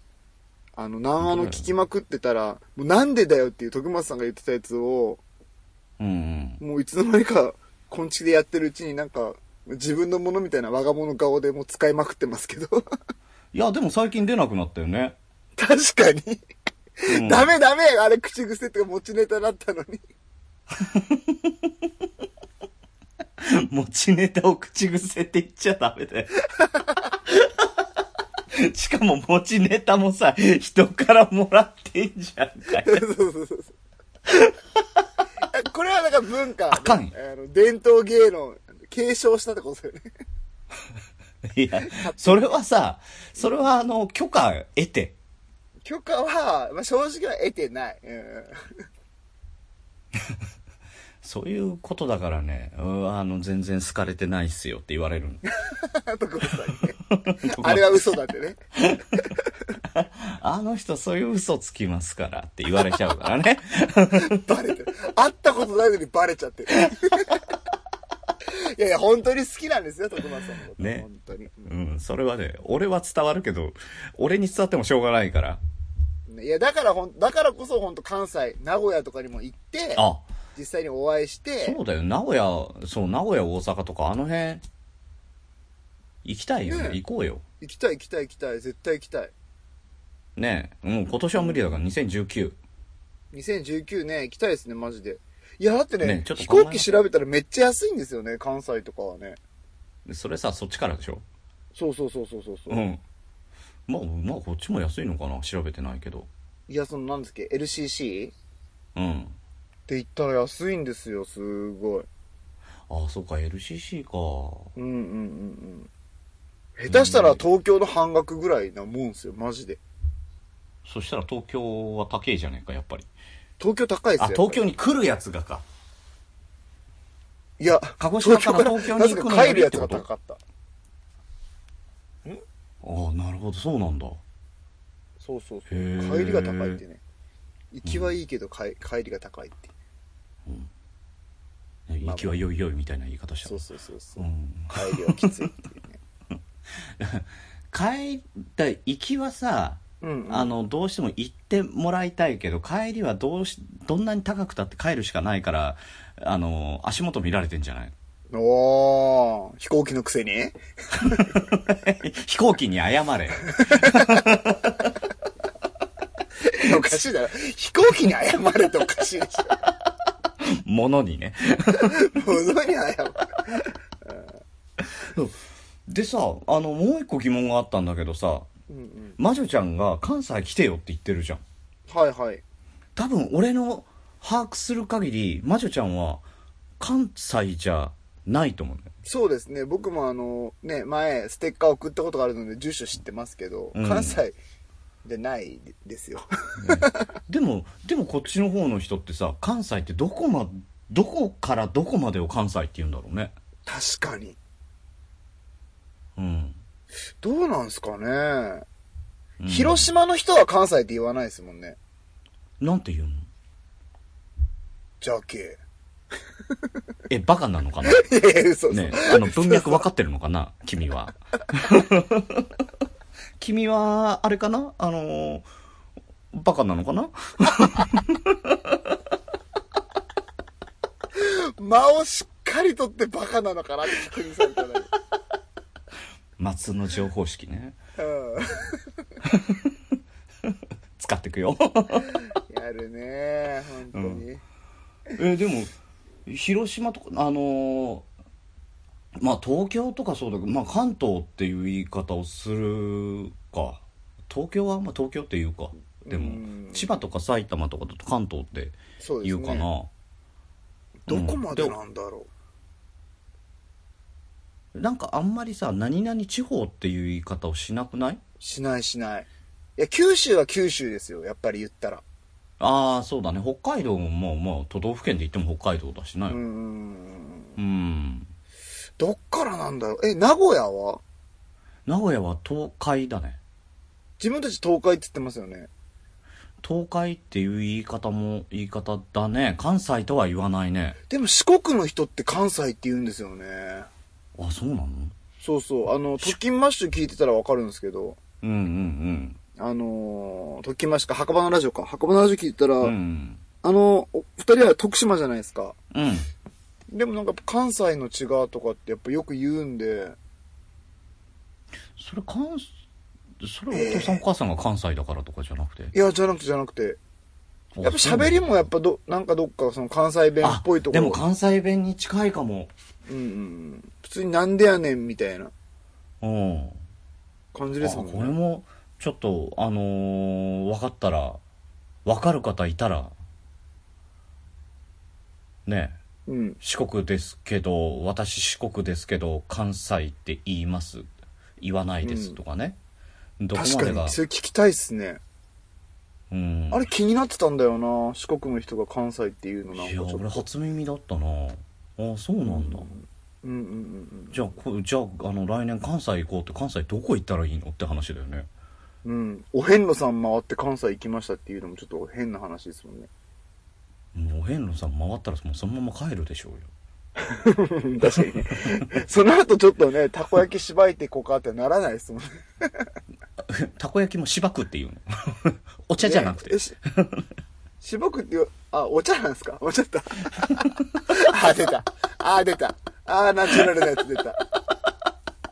A: あの、南アの聞きまくってたら、もうなんでだよっていう徳松さんが言ってたやつを、
B: うん、うん。
A: もういつの間にか、昆虫でやってるうちになんか、自分のものみたいな我が物顔でもう使いまくってます けど。
B: いや、でも最近出なくなったよね。
A: 確かに。
B: うん
A: ダメダメあれ口癖とか持ちネタだったのに。
B: 持ちネタを口癖って言っちゃダメだよ。 しかも持ちネタもさ、人からもらってんじゃんか
A: そ
B: よ。
A: うそうそう そう。これはなんか文化、
B: あかんよ
A: あの伝統芸能、継承したってことだよね。
B: いや、それはさ、それはあの、許可得て。
A: 許可は、まあ、正直は得てない。うん
B: そういうことだからね、うんあの、全然好かれてないっすよって言われる の。
A: 徳松さんにね。あれは嘘だってね。
B: あの人そういう嘘つきますからって言われちゃうからね。
A: バレてる。会ったことないのにバレちゃってる。 いやいや、本当に好きなんですよ、徳松さんのこと。
B: ね
A: 本当に。
B: うん、それはね、俺は伝わるけど、俺に伝わってもしょうがないから。
A: うんいや、だからほん、だからこそ本当関西、名古屋とかにも行って、
B: あ、
A: 実際にお会いして
B: そ、うだよ、名古屋、そう、名古屋、大阪とかあの辺、行きたいよね、
A: ね
B: 行こうよ。
A: 行きたい行きたい行きたい、絶対行きたい。
B: ねえ、もう今年は無理だから2019。
A: 2019ね、行きたいですね、マジで。いや、だってね、
B: ねちょっと
A: 飛
B: 考え
A: 行機調べたらめっちゃ安いんですよね、関西とかはね。
B: それさ、そっちからでしょ
A: そうそうそうそうそうそうう。
B: ん。まあ、まあ、こっちも安いのかな調べてないけど。
A: いや、その、なんですっけ、LCC?
B: うん。
A: って言ったら安いんですよ、すごい。
B: ああ、そうか、LCC か。
A: うんうんうんうん。下手したら東京の半額ぐらいなもんすよ、マジで。
B: そしたら東京は高いじゃねえか、やっぱり。
A: 東京高いですよ。
B: あ、東京
A: やっぱ
B: に来るやつがか。
A: りいや、
B: 鹿児島から東京に
A: なぜ
B: 行く
A: か
B: のよ
A: 帰る
B: り
A: や
B: っ
A: つ
B: て
A: が
B: こと
A: 高かった。
B: ああ、なるほど、そうなんだ。
A: そうそうそう。
B: へー
A: 帰りが高いってね。行きはいいけど、かえ帰りが高いって。
B: 行きはよいよいみたいな言い方した
A: そ
B: も
A: うんそうそうそう。
B: うん
A: 帰りはきついって いうね。
B: 帰った行きはさ
A: うん、うん。
B: あのどうしても行ってもらいたいけど帰りはどうしどんなに高くたって帰るしかないからあの足元見られてんじゃない
A: おー、飛行機のくせに
B: 飛行機に謝れ
A: おかしいだろ。飛行機に謝れっておかしいでしょ。
B: 物にね
A: 物に謝る。
B: でさあのもう一個疑問があったんだけどさ
A: うんうん。
B: 魔女ちゃんが関西来てよって言ってるじゃん
A: はいはい。
B: 多分俺の把握する限り魔女ちゃんは関西じゃないと思うんだよ
A: そうですね。僕もあの、ね、前、ステッカー送ったことがあるので、住所知ってますけど、
B: うん
A: 関西でないですよ。
B: でもでもこっちの方の人ってさ関西ってどこまどこからどこまでを関西って言うんだろうね
A: 確かに。
B: うん、
A: どうなんすかね。
B: うん
A: 広島の人は関西って言わないですもんね。
B: なんて言うの
A: ジャケ。
B: えバカなのかな
A: いやいや、嘘 嘘。
B: ねあの文脈分かってるのかな君は 君はあれかなあのーバカなのかな
A: 間をしっかりとってバカなのかなって確認されたら。
B: 松の情報式ね
A: うん。
B: 使ってくよ
A: やるね本当に。
B: えでも広島とかあのーまあ東京とかそうだけど、まあ、関東っていう言い方をするか東京はあんま東京っていうかでも
A: うん
B: 千葉とか埼玉とかだと関東って
A: そうで
B: 言
A: す
B: う
A: ね。
B: かな
A: どこまでなんだろ。
B: なんかあんまりさ何々地方っていう言い方をしなくないう
A: しないしない。いや、九州は九州ですよ。やっぱり言ったら。
B: ああそうだね北海道ももうまあ都道府県で言っても北海道だしな
A: う
B: うん
A: ん。
B: ん
A: どっからなんだろう。え、名古屋は
B: 名古屋は東海だね
A: 自分たち東海って言ってますよね。
B: 東海っていう言い方も言い方だね関西とは言わないね
A: でも四国の人って関西って言うんですよね。
B: あそうなの
A: そうそう。あの、特勤マッシュ聞いてたらわかるんですけど、
B: うんうん
A: あのー、特勤マッシュか、墓場のラジオか。墓場のラジオ聞いてたら、
B: うんうん
A: あの、お二人は徳島じゃないですか。
B: うん
A: でもなんか関西の違うとかってやっぱよく言うんで、
B: それ関それお父さんお母さんが関西だからとかじゃなくて
A: いや、じゃなくてじゃなくて、やっぱ喋りもやっぱど、なんかどっかその関西弁っぽいとこ
B: あで
A: ろ。
B: も関西弁に近いかも
A: うんうんうん。普通になんでやねんみたいな
B: うん
A: 感じですもん
B: あこれ
A: ね。
B: もちょっとあのー、分かったら分かる方いたらねえ
A: うん。
B: 四国ですけど私四国ですけど関西って言います言わないですとかね、どこ
A: 確
B: ま
A: か
B: でが
A: に、それ聞きたいっすね。
B: うん
A: あれ気になってたんだよな。四国の人が関西っていうのなんか
B: い
A: ち
B: や
A: ょっ
B: 俺
A: と。
B: 初耳だったなあそうなんだ、
A: うんうんうん
B: じゃあこじゃああの来年関西行こうって関西どこ行ったらいいのって話だよね
A: うん。うん。お遍路さん回って関西行きましたっていうのもちょっと変な話ですもんね。
B: もう遍路さん回ったらもうそのまま帰るでしょうよ
A: 確かにね。 その後ちょっとね、たこ焼きしばいていこうかってならないですもんね。
B: たこ焼きもしばくって いうのお茶じゃなくて、
A: えししばくっていう、あ、お茶なんですかお茶だった。 あ、出た。あ、出た。あ、ナチュラルなやつ出た。あ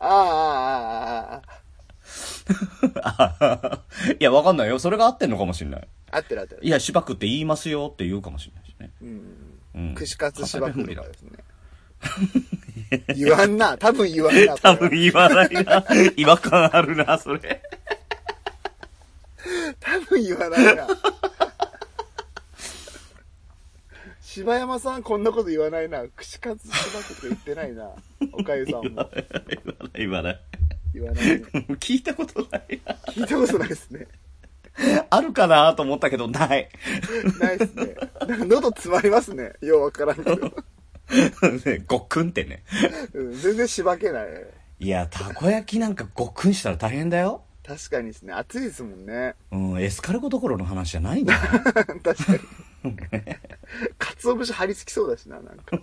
A: あ、ああ、ああ、
B: いやわかんないよそれが合ってんのかもしれない
A: あ合ってる合って
B: い
A: る。
B: やしばくって言いますよって言うかもしれないしね、
A: うん。
B: うん、
A: 串カツしばく
B: 関西弁無理
A: と
B: だ
A: かですね。 言わんな。多分言わんな。
B: 多分言わないな違和感あるなそれ
A: 多分言わないな。柴山さんこんなこと言わないな。串カツしばくって言ってないな。おかゆさんも
B: 言わない言わない
A: 言わないね。
B: 聞いたことないな
A: 聞いたことないですね。
B: あるかなと思ったけどない
A: ないっすね。なんか喉詰まりますね。ようわからんけど。
B: ねごっくんってね。
A: うん、全然しばけない。
B: いや、たこ焼きなんかごっくんしたら大変だよ。
A: 確かにですね。暑いですもんね。
B: うん、エスカルゴどころの話じゃないんだよ
A: 確かに。かつお節張り付きそうだしな、なんか。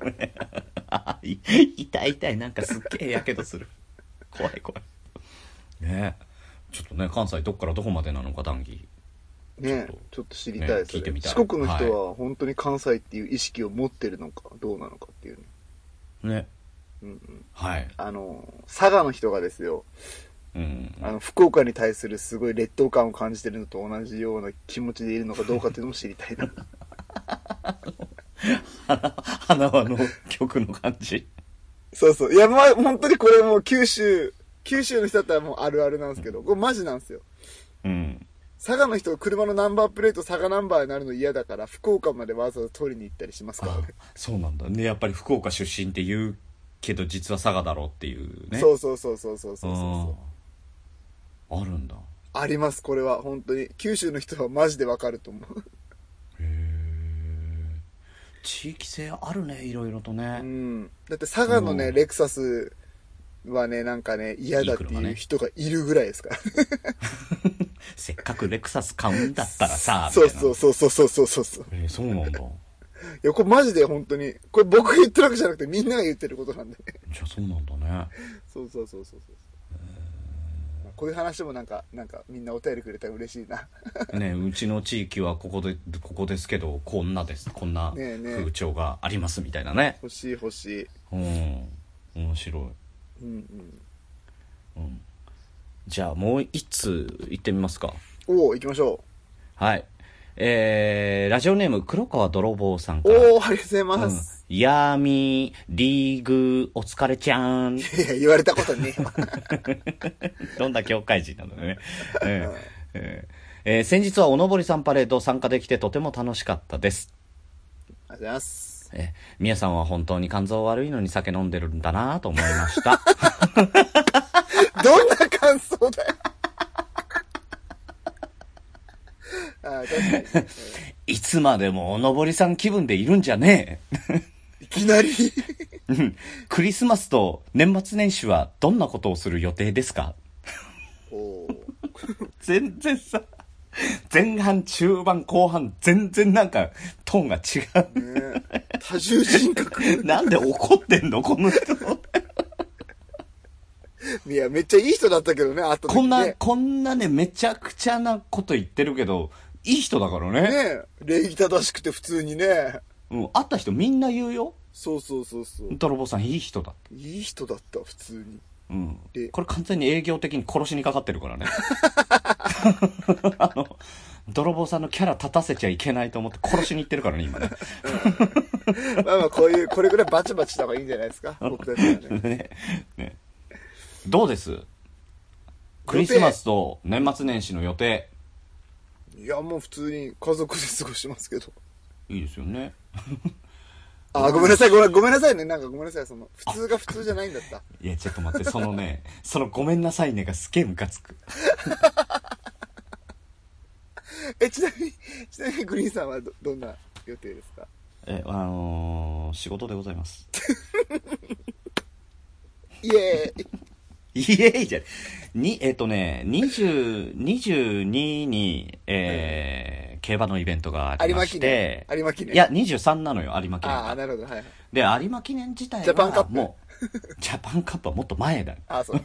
B: あい痛い痛いなんかすっげえやけど する怖い怖いねえちょっとね関西どっからどこまでなのか談義
A: ね
B: ちょっと
A: ちょっと知りたいで
B: ね
A: す
B: 聞いてみたい
A: 四国の人は本当に関西っていう意識を持ってるのか、どうなのかっていうね。
B: ね
A: うんうん。
B: はい
A: あの、佐賀の人がですよ、
B: うん
A: あの、福岡に対するすごい劣等感を感じてるのと同じような気持ちでいるのかどうかっていうのも知りた いな。
B: 花輪の曲の感じ
A: そうそう。いや、まあ、本当にこれもう九州、九州の人だったらもうあるあるなんですけど、これマジなんですよ。
B: うん
A: 佐賀の人が車のナンバープレート佐賀ナンバーになるの嫌だから、福岡までわざわざ取りに行ったりしますから
B: あ
A: ね。
B: そうなんだねやっぱり福岡出身って言うけど実は佐賀だろうっていうね
A: そううそうそうそうそうそうそう
B: あるんだへ
A: あります、これは。本当に。九州の人はマジでわかると思う。
B: え地域性あるねいろいろとね、
A: うん。だって佐賀のね、
B: うん
A: レクサスはね、なんかね、嫌だっていう人がいるぐらいですから。
B: せっかくレクサス買うんだったらさ
A: そう
B: みたいな
A: そうそうそうそうそうそうそう。
B: えーそうなんだ
A: いや、これマジで本当に、これ僕が言ってるわけじゃなくてみんなが言ってることなんで。
B: じゃあそうなんだね
A: そうそうそうそうそう。まあこういう話もなんか、なんかみんなお便りくれたら嬉しいな。
B: ね、うちの地域はここでここですけどこんなですこんな
A: ねえねえ
B: 風潮がありますみたいなね
A: 欲しい欲しい。
B: うん面白い、
A: うんうん。
B: うん、じゃあもう一通行ってみますか
A: おお、行きましょ
B: はいえー、ラジオネーム黒川泥棒さん
A: う。
B: から
A: おお、ありがとうございます。
B: うん、ヤーミーリーグお疲れちゃー ん
A: いや、言われたことね。
B: どんな業界人なのね、えーえーえー先日はおのぼりさんパレード参加できてとても楽しかったです
A: ありがとうございます。
B: え、みやさんは本当に肝臓悪いのに酒飲んでるんだなと思いま した。
A: どんな感想だよ。 あー確かに。
B: いつまでもおのぼりさん気分でいるんじゃねえ。
A: いきなり。
B: うんクリスマスと年末年始はどんなことをする予定ですか
A: おおー。
B: 全然さ、前半、中盤、後半、全然なんか、トーンが違
A: ねえ多重人格。
B: う。なんで怒ってんのこの人。
A: いや、めっちゃいい人だったけどね、あと
B: こんな、こんなね、めちゃくちゃなこと言ってるけど、いい人だからね。
A: ね礼儀正しくて普通にね。
B: うん、会った人みんな言うよ。
A: そうそうそうそう。
B: 泥棒さんいい人だって。
A: いい人だった、普通に。
B: うん
A: で、
B: これ完全に営業的に殺しにかかってる からねあの泥棒さんのキャラ立たせちゃいけないと思って殺しに行ってるからね 今ね
A: まあまあ、こういう、これぐらいバチバチした方がいいんじゃないですか、僕だったらね。
B: ねねどうですクリスマスと年末年始の予定
A: いや、もう普通に家族で過ごしますけど。
B: いいですよね
A: あ、ごめんなさい、ごめんごめんなさいね。なんかごめんなさい、その、普通が普通じゃないんだった。
B: いやちょっと待ってその ねその「ごめんなさいね」がすげえムカつく
A: え、ちなみに、 ちなみにグリーンさんはど、どんな予定ですか
B: えあのー仕事でございます
A: イエーイ
B: いえいじゃないにえっ、とね20 22に、えー競馬のイベントがあり
A: 有
B: ま
A: 馬
B: し
A: 記念
B: て。
A: 有馬記念。
B: いや、23なのよ、有馬記念
A: あ
B: が。
A: あ、なるほど、はいはい。
B: で、有馬記念自体は、
A: ジャパンカップ
B: もう、ジャパンカップはもっと前だよ。
A: ああ、そう。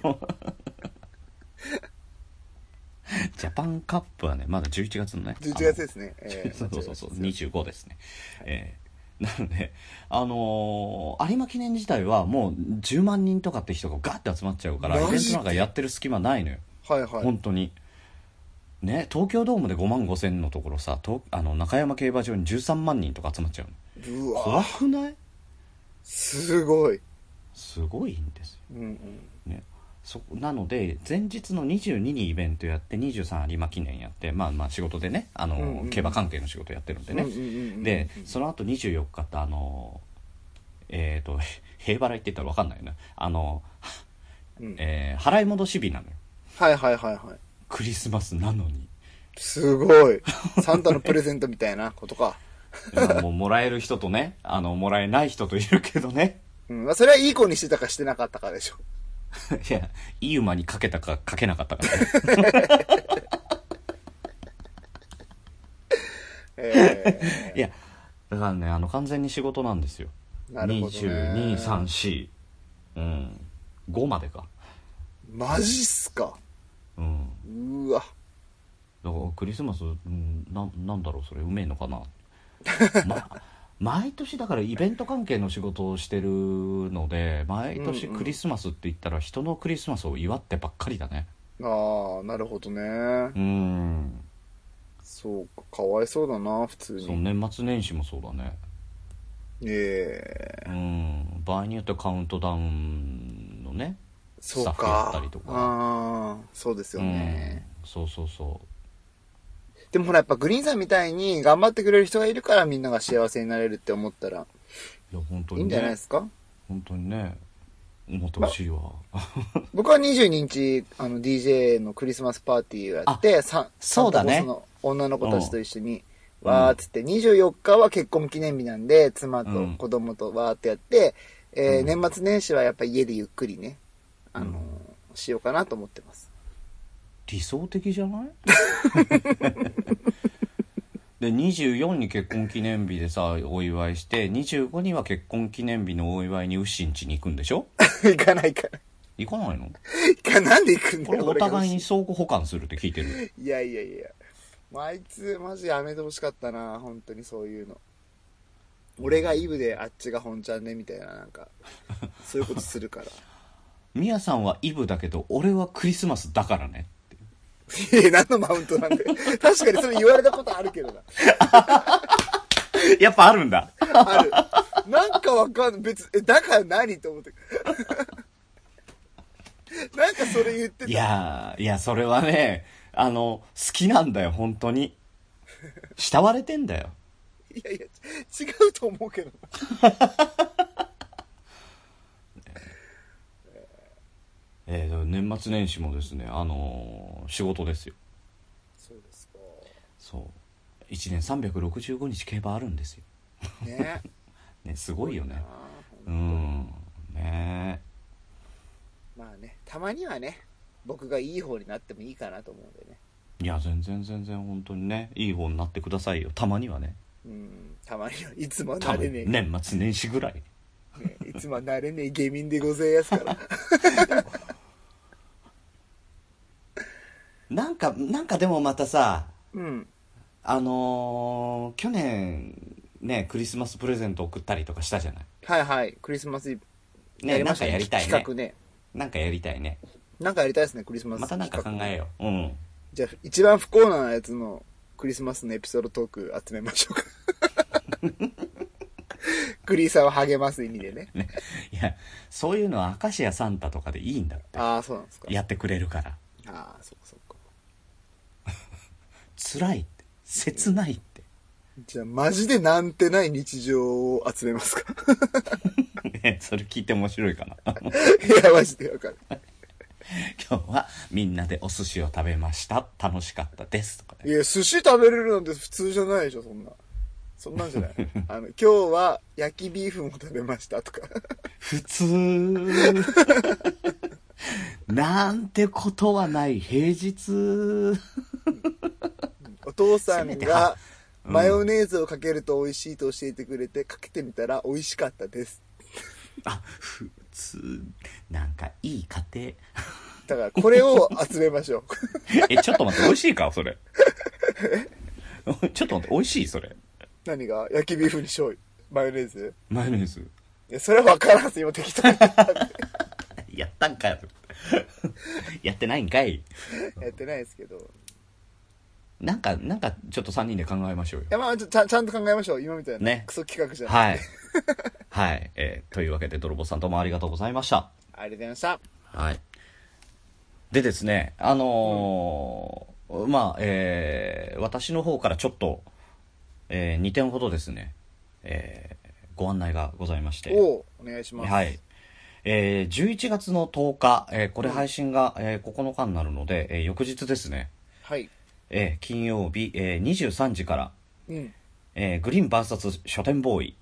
B: ジャパンカップはね、まだ11月のね。。
A: 11月ですすね。 えー
B: そうそうそうそう、
A: 間違いないです
B: 25ですね。えーなので、あのー有馬記念自体はもう10万人とかって人がガッて集まっちゃうから、イベ
A: マジで
B: ントなんかやってる隙間ないのよ。
A: はいはい
B: 本。当に。ね、東京ドームで5万5千のところさ、とあの中山競馬場に13万人とか集まっちゃうの。
A: う
B: 怖
A: わ
B: くない
A: すごい。
B: すごいんですよ。
A: うんうん。
B: ね、そなので前日の22にイベントやって23有馬記念やってまあまあ仕事でねあの、
A: うんうん
B: 競馬関係の仕事やってるんでね、
A: うんうんうんうん
B: でその後24日ってあのえっ、と 平払いって言ったら分かんないよねあの、
A: うん
B: えー払い戻し日なのよ
A: はいはいはいはい。
B: クリスマスなのに
A: す ごい。サンタのプレゼントみたいなことか。
B: まあもうもらえる人とねあのもらえない人といるけどね
A: うん。まあ、それはいい子にしてたかしてなかったかでしょ。
B: いや、いい馬にかけたかかけなかったかね。
A: え
B: いや、だからね、あの、完全に仕事なんですよ。
A: ー、なるほど、ね。
B: 22、3、4、うん、5までか。
A: マジっすか。
B: うん。
A: うわ。
B: だからクリスマス、うん、ななんだろうそれうめえのかな、 ま、毎年だからイベント関係の仕事をしてるので毎年
A: うんうん
B: クリスマスって言ったら人のクリスマスを祝ってばっかりだね
A: ああ、なるほどね。
B: うん
A: そうか、かわいそうだな、普通
B: そう
A: に。
B: 年末年始もそうだね
A: ええ
B: うん場合によってはカウントダウンのね
A: そう
B: スタッフや
A: か。
B: ったりとか
A: ああ、そうですよね。
B: うん、そうそうそ
A: でもほら、やっぱグリーンさんみたいに頑張ってくれる人がいるからみんなが幸せになれるって思ったら
B: ういや本当
A: いい
B: に
A: んじゃないで
B: ね
A: すか
B: 本当にね思ってほしいわ、
A: 僕は22日、あの、DJ のクリスマスパーティーをやって、さ
B: そうだね
A: サンタボスの女の子たちと一緒
B: う
A: に、
B: ん
A: わーっつって、24日は結婚記念日なんで、妻
B: う
A: と
B: ん
A: 子供とわーってやって、えー
B: うん
A: 年末年始はやっぱ家でゆっくりね、あのー
B: うん
A: しようかなと思ってます。
B: 理想的じゃない で24に結婚記念日でさお祝いして25には結婚記念日のお祝いにウッシン家に行くんでしょ
A: 行かないから。
B: 行かない の
A: 行かなんで行くん
B: こ
A: だ
B: れ
A: よ、
B: お
A: 俺が
B: 互いに相互補完するって聞いてる
A: いやいやいや。まあ、あいつ、マジやめてほしかったな、本当にそういうの。俺がイブであっちが本ちゃんね、みたいな、なんか、そういうことする から。
B: ミヤさんはイブだけど俺はクリスマスだからね
A: いや、何のマウントなんだよ。確かにそれ言われたことあるけどな。
B: やっぱあるんだ
A: ある。なんかわかんない。別、え、だから何と思って。 なんかそれ言って
B: い
A: た。
B: やーいやそれはねあの好きなんだよ本当に慕われてんだよ
A: いやいや、ち違うと思うけどな。
B: えー年末年始もですねあのー仕事ですよ
A: そうです
B: そう1年365日競馬あるんですよ、
A: か。ね。
B: ね、すごいよね
A: あー
B: うんね
A: まあね、たまにはね、僕がいい方になってもいいかなと思うんでね。
B: えいや全然全然本当にねいい方になってくださいよたまにはね
A: うん、たまには、いつもは
B: 多
A: なれ
B: 分
A: ねえ、
B: 年末年始ぐらい
A: ねいつもはなれねえ下民でございます から。
B: なんかなんかでもまたさ
A: うん。
B: あのー去年ねクリスマスプレゼント送ったりとかしたじゃない
A: はいはい、クリスマスイブ。
B: ねなんかやりたいね
A: 企画ね。
B: なんかやりたいね
A: なんかやりたいですね、クリスマス
B: またなんか考
A: 企画
B: えよううん
A: じゃあ、一番不幸なやつのクリスマスのエピソードトーク集めましょう か。クリーさんを励ます意味でね。
B: ねいやそういうのは明石家サンタとかでいいんだって
A: ああ、そうなんですか。
B: やってくれるから
A: ああ、そうかそうか。
B: 辛いって切ないって
A: じゃあ、マジでなんてない日常を集めますか。
B: ね、それ聞いて面白いかな
A: いや、マジでわかる。
B: 今日はみんなでお寿司を食べました楽しかったですとか
A: い
B: ね
A: や、寿司食べれるなんて普通じゃないでしょ、そんな。そんなん じゃない。あの、今日は焼きビーフも食べまし たとか。
B: 普通 なんてことはない平日
A: お父さん
B: せめては
A: がマヨネーズをかけると美味しいと教えてくれて、かけてみたら美味しかったです。
B: あ普通なんかいい家庭
A: だから、これ を集めましょう。
B: えちょっと待って美味しいかそれちょっと待って美味しいそれ
A: 何が焼きビーフに醤油。マヨネーズ
B: マヨネーズ
A: いや、それは分からんす、今適当に言ったんで
B: やったんかよやってないんかい
A: やってないですけど。い
B: なんかなんかちょっと3人で考えましょうよ
A: や、まあちょちゃん、ちゃんと考えましょう。今みたいな。
B: ね
A: クソ企画じゃな
B: は
A: い。
B: い。はい。えーというわけで、泥棒さんどうもありがとうございました。
A: ありがとうございました。
B: はい。でですね、あのーまあ、えー私の方からちょっと、え2点ほどですね、えーご案内がございまして。
A: おうお願いします。
B: はい。。えー11月の10日、えーこれ配信が、えー9日になるので、えー翌日ですね、
A: はい。
B: えー金曜日、えー23時から、
A: うん。
B: えーグリーン VS 書店ボーイ、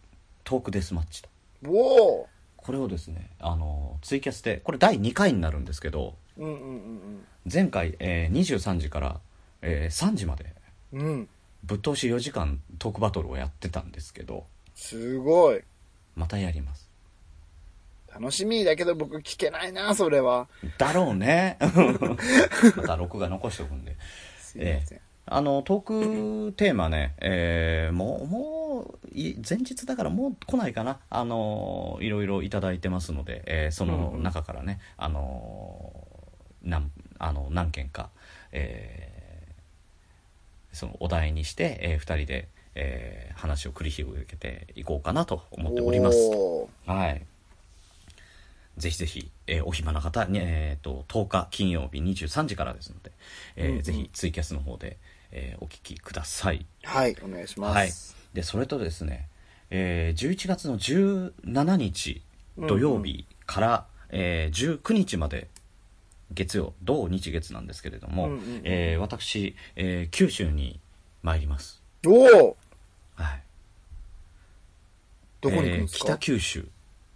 B: トークデスマッチと。
A: おお
B: これをですね、あの、ツイキャスで、これ第2回になるんですけど、
A: うんうん
B: 前回、えー23時から、えー3時まで、
A: うんうん。うん。
B: ぶっ通し4時間トークバトルをやってたんですけど、
A: すごい。
B: またやります。
A: 楽しみだけど僕聞けないな、それは。
B: だろう ね。 また録画残しておくんで。
A: すいません。
B: あの、トークテーマね、えーもう、もう、い前日だからもう来ないかな。あのー、いろいろいただいてますので、えーその中からね、あのー、なん、あの、何件か、えーそのお題にして、えー二人で、えー話を繰り広げていこうかなと思っております。
A: おー
B: はい。ぜひぜひ、えーお暇な方に、えっ、と、10日金曜日23時からですので、えー
A: うんうん
B: ぜひツイキャスの方で、えーお聞きください。
A: はい、お願いします。
B: はい。で、それとですね、えー11月の17日土曜日から、えー19日まで、月曜、同日月なんですけれども、
A: うんうんうん
B: えー私、えー九州に参ります。
A: おお
B: はい。
A: どこに行くんで
B: え
A: す
B: ー北、
A: か
B: 九州。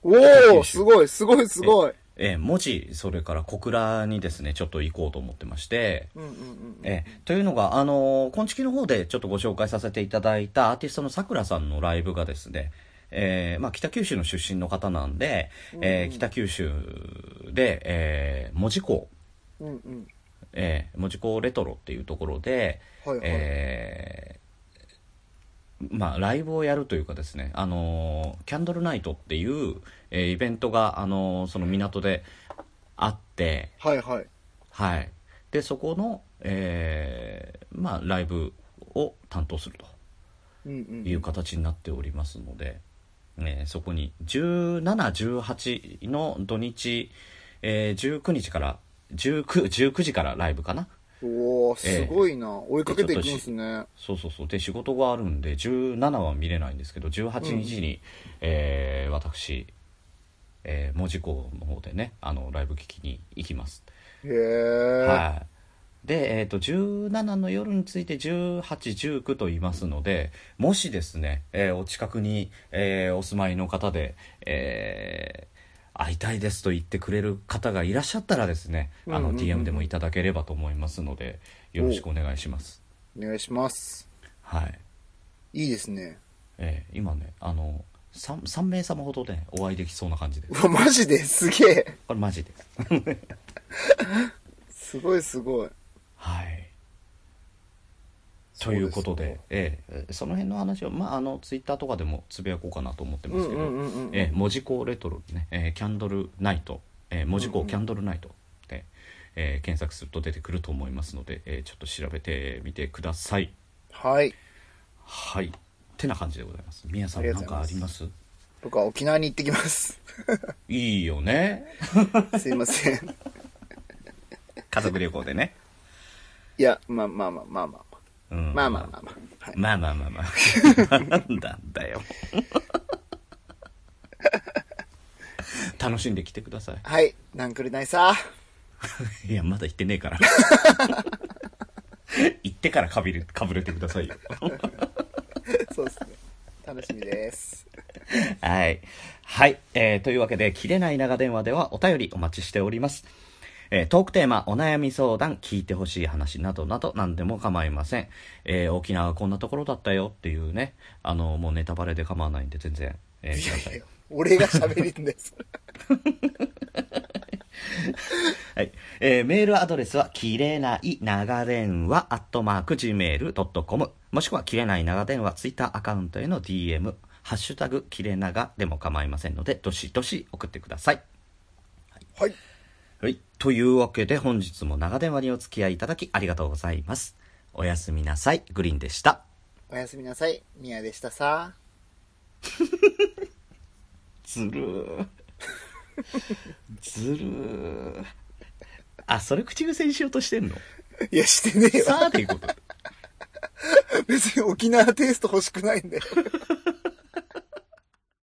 A: おおすごい、すごい、すごい。
B: えー、文字、それから小倉にですね、ちょっと行こうと思ってまして、
A: うんうんうん。
B: えーというのが、あのー、昆虫の方でちょっとご紹介させていただいたアーティストのさくらさんのライブがですね、えーまあ、北九州の出身の方なんで、えー北九州で、えー、門司港、
A: うんうん。
B: えー、門司港レトロっていうところで、
A: はいはい
B: えーまあ、ライブをやるというかですね、あのーキャンドルナイトっていう、えーイベントが、あのーその港であって、
A: はいはい。
B: はい。で、そこの、えーまあ、ライブを担当すると
A: うんうん。
B: いう形になっておりますので、えーそこに17、18の土日、えー19日から、19、19時からライブかな。
A: おおすごいな、追いかけていくん
B: ちょ
A: で
B: っと
A: すね。
B: そうそうそう。で、仕事があるんで、17は見れないんですけど、18日に、えー私、えー、門司港の方でね、あの、ライブ聞きに行きます。
A: へえ、
B: はい。で、えっ、と、17の夜について18、19と言いますので、もしですね、えーお近くに、えーお住まいの方で、えー会いたいですと言ってくれる方がいらっしゃったらですね、あ
A: うんうん
B: の、
A: うん
B: DM でもいただければと思いますので、よろしくお願いします。
A: お願いします。
B: はい。
A: いいですね。
B: えー今ね、あの、3, 三名様ほどね、お会いできそうな感じです。
A: うわ、マジですげえ。
B: これマジです。
A: すごいすごい。
B: はい。ということで、ええその辺の話を、まあ、あのツイッターとかでもつぶやこうかなと思って
A: そう
B: ま
A: です
B: す
A: ね。
B: け
A: う
B: ど、
A: んうんうんうん。
B: ええ文字工レトロね、ええキャンドルナイト、ええ文字工キャンドルナイトで、ええ検索すると出てくると思いますので、ええちょっと調べてみてください。
A: はい。
B: はい。てな感じでございます。みやさ
A: あ
B: ん、
A: り
B: な
A: がと
B: ん
A: うござい
B: かあ
A: ま
B: り
A: す
B: ます
A: 僕は沖縄に行ってきます。
B: いいよね。
A: すいません。
B: 家族旅行でね。
A: いや、まあまあまあまあまあ。
B: うん
A: まあまあまあまあ。はい。
B: まあまあまあまあ。 なんだんだよ。楽しんできてくださ
A: はい。なんくれないさ。
B: い。いや、まだ行ってねえ から。行ってからかぶれかぶれてくださいよ。
A: そうですね。楽しみです。
B: はい。はい。えーというわけで、切れない長電話ではお便りお待ちしております。えートークテーマ、お悩み相談、聞いてほしい話などなど何でも構いません。えー沖縄こんなところだったよっていうね、あの、もうネタバレで構わないんで全然、えー
A: い
B: くださ
A: やい
B: い
A: や。俺が喋るんです。
B: はい。えーメールアドレスは、切れない長電話、アットマーク、gmail.com。もしくは、切れない長電話、ツイッターアカウントへの DM、ハッシュタグ、切れ長でも構いませんので、どしどし送ってください。
A: はい。
B: はい。というわけで、本日も長電話にお付き合いいただき、ありがとうございます。おやすみなさい。グリーンでした。
A: おやすみなさい。ミヤでしたさ。
B: ずるー。 ずるー。あ、それ口癖にしようとして んの
A: いや、してねえよ。
B: さあっていうこと。
A: 別に沖縄テイスト欲しくないんだよ。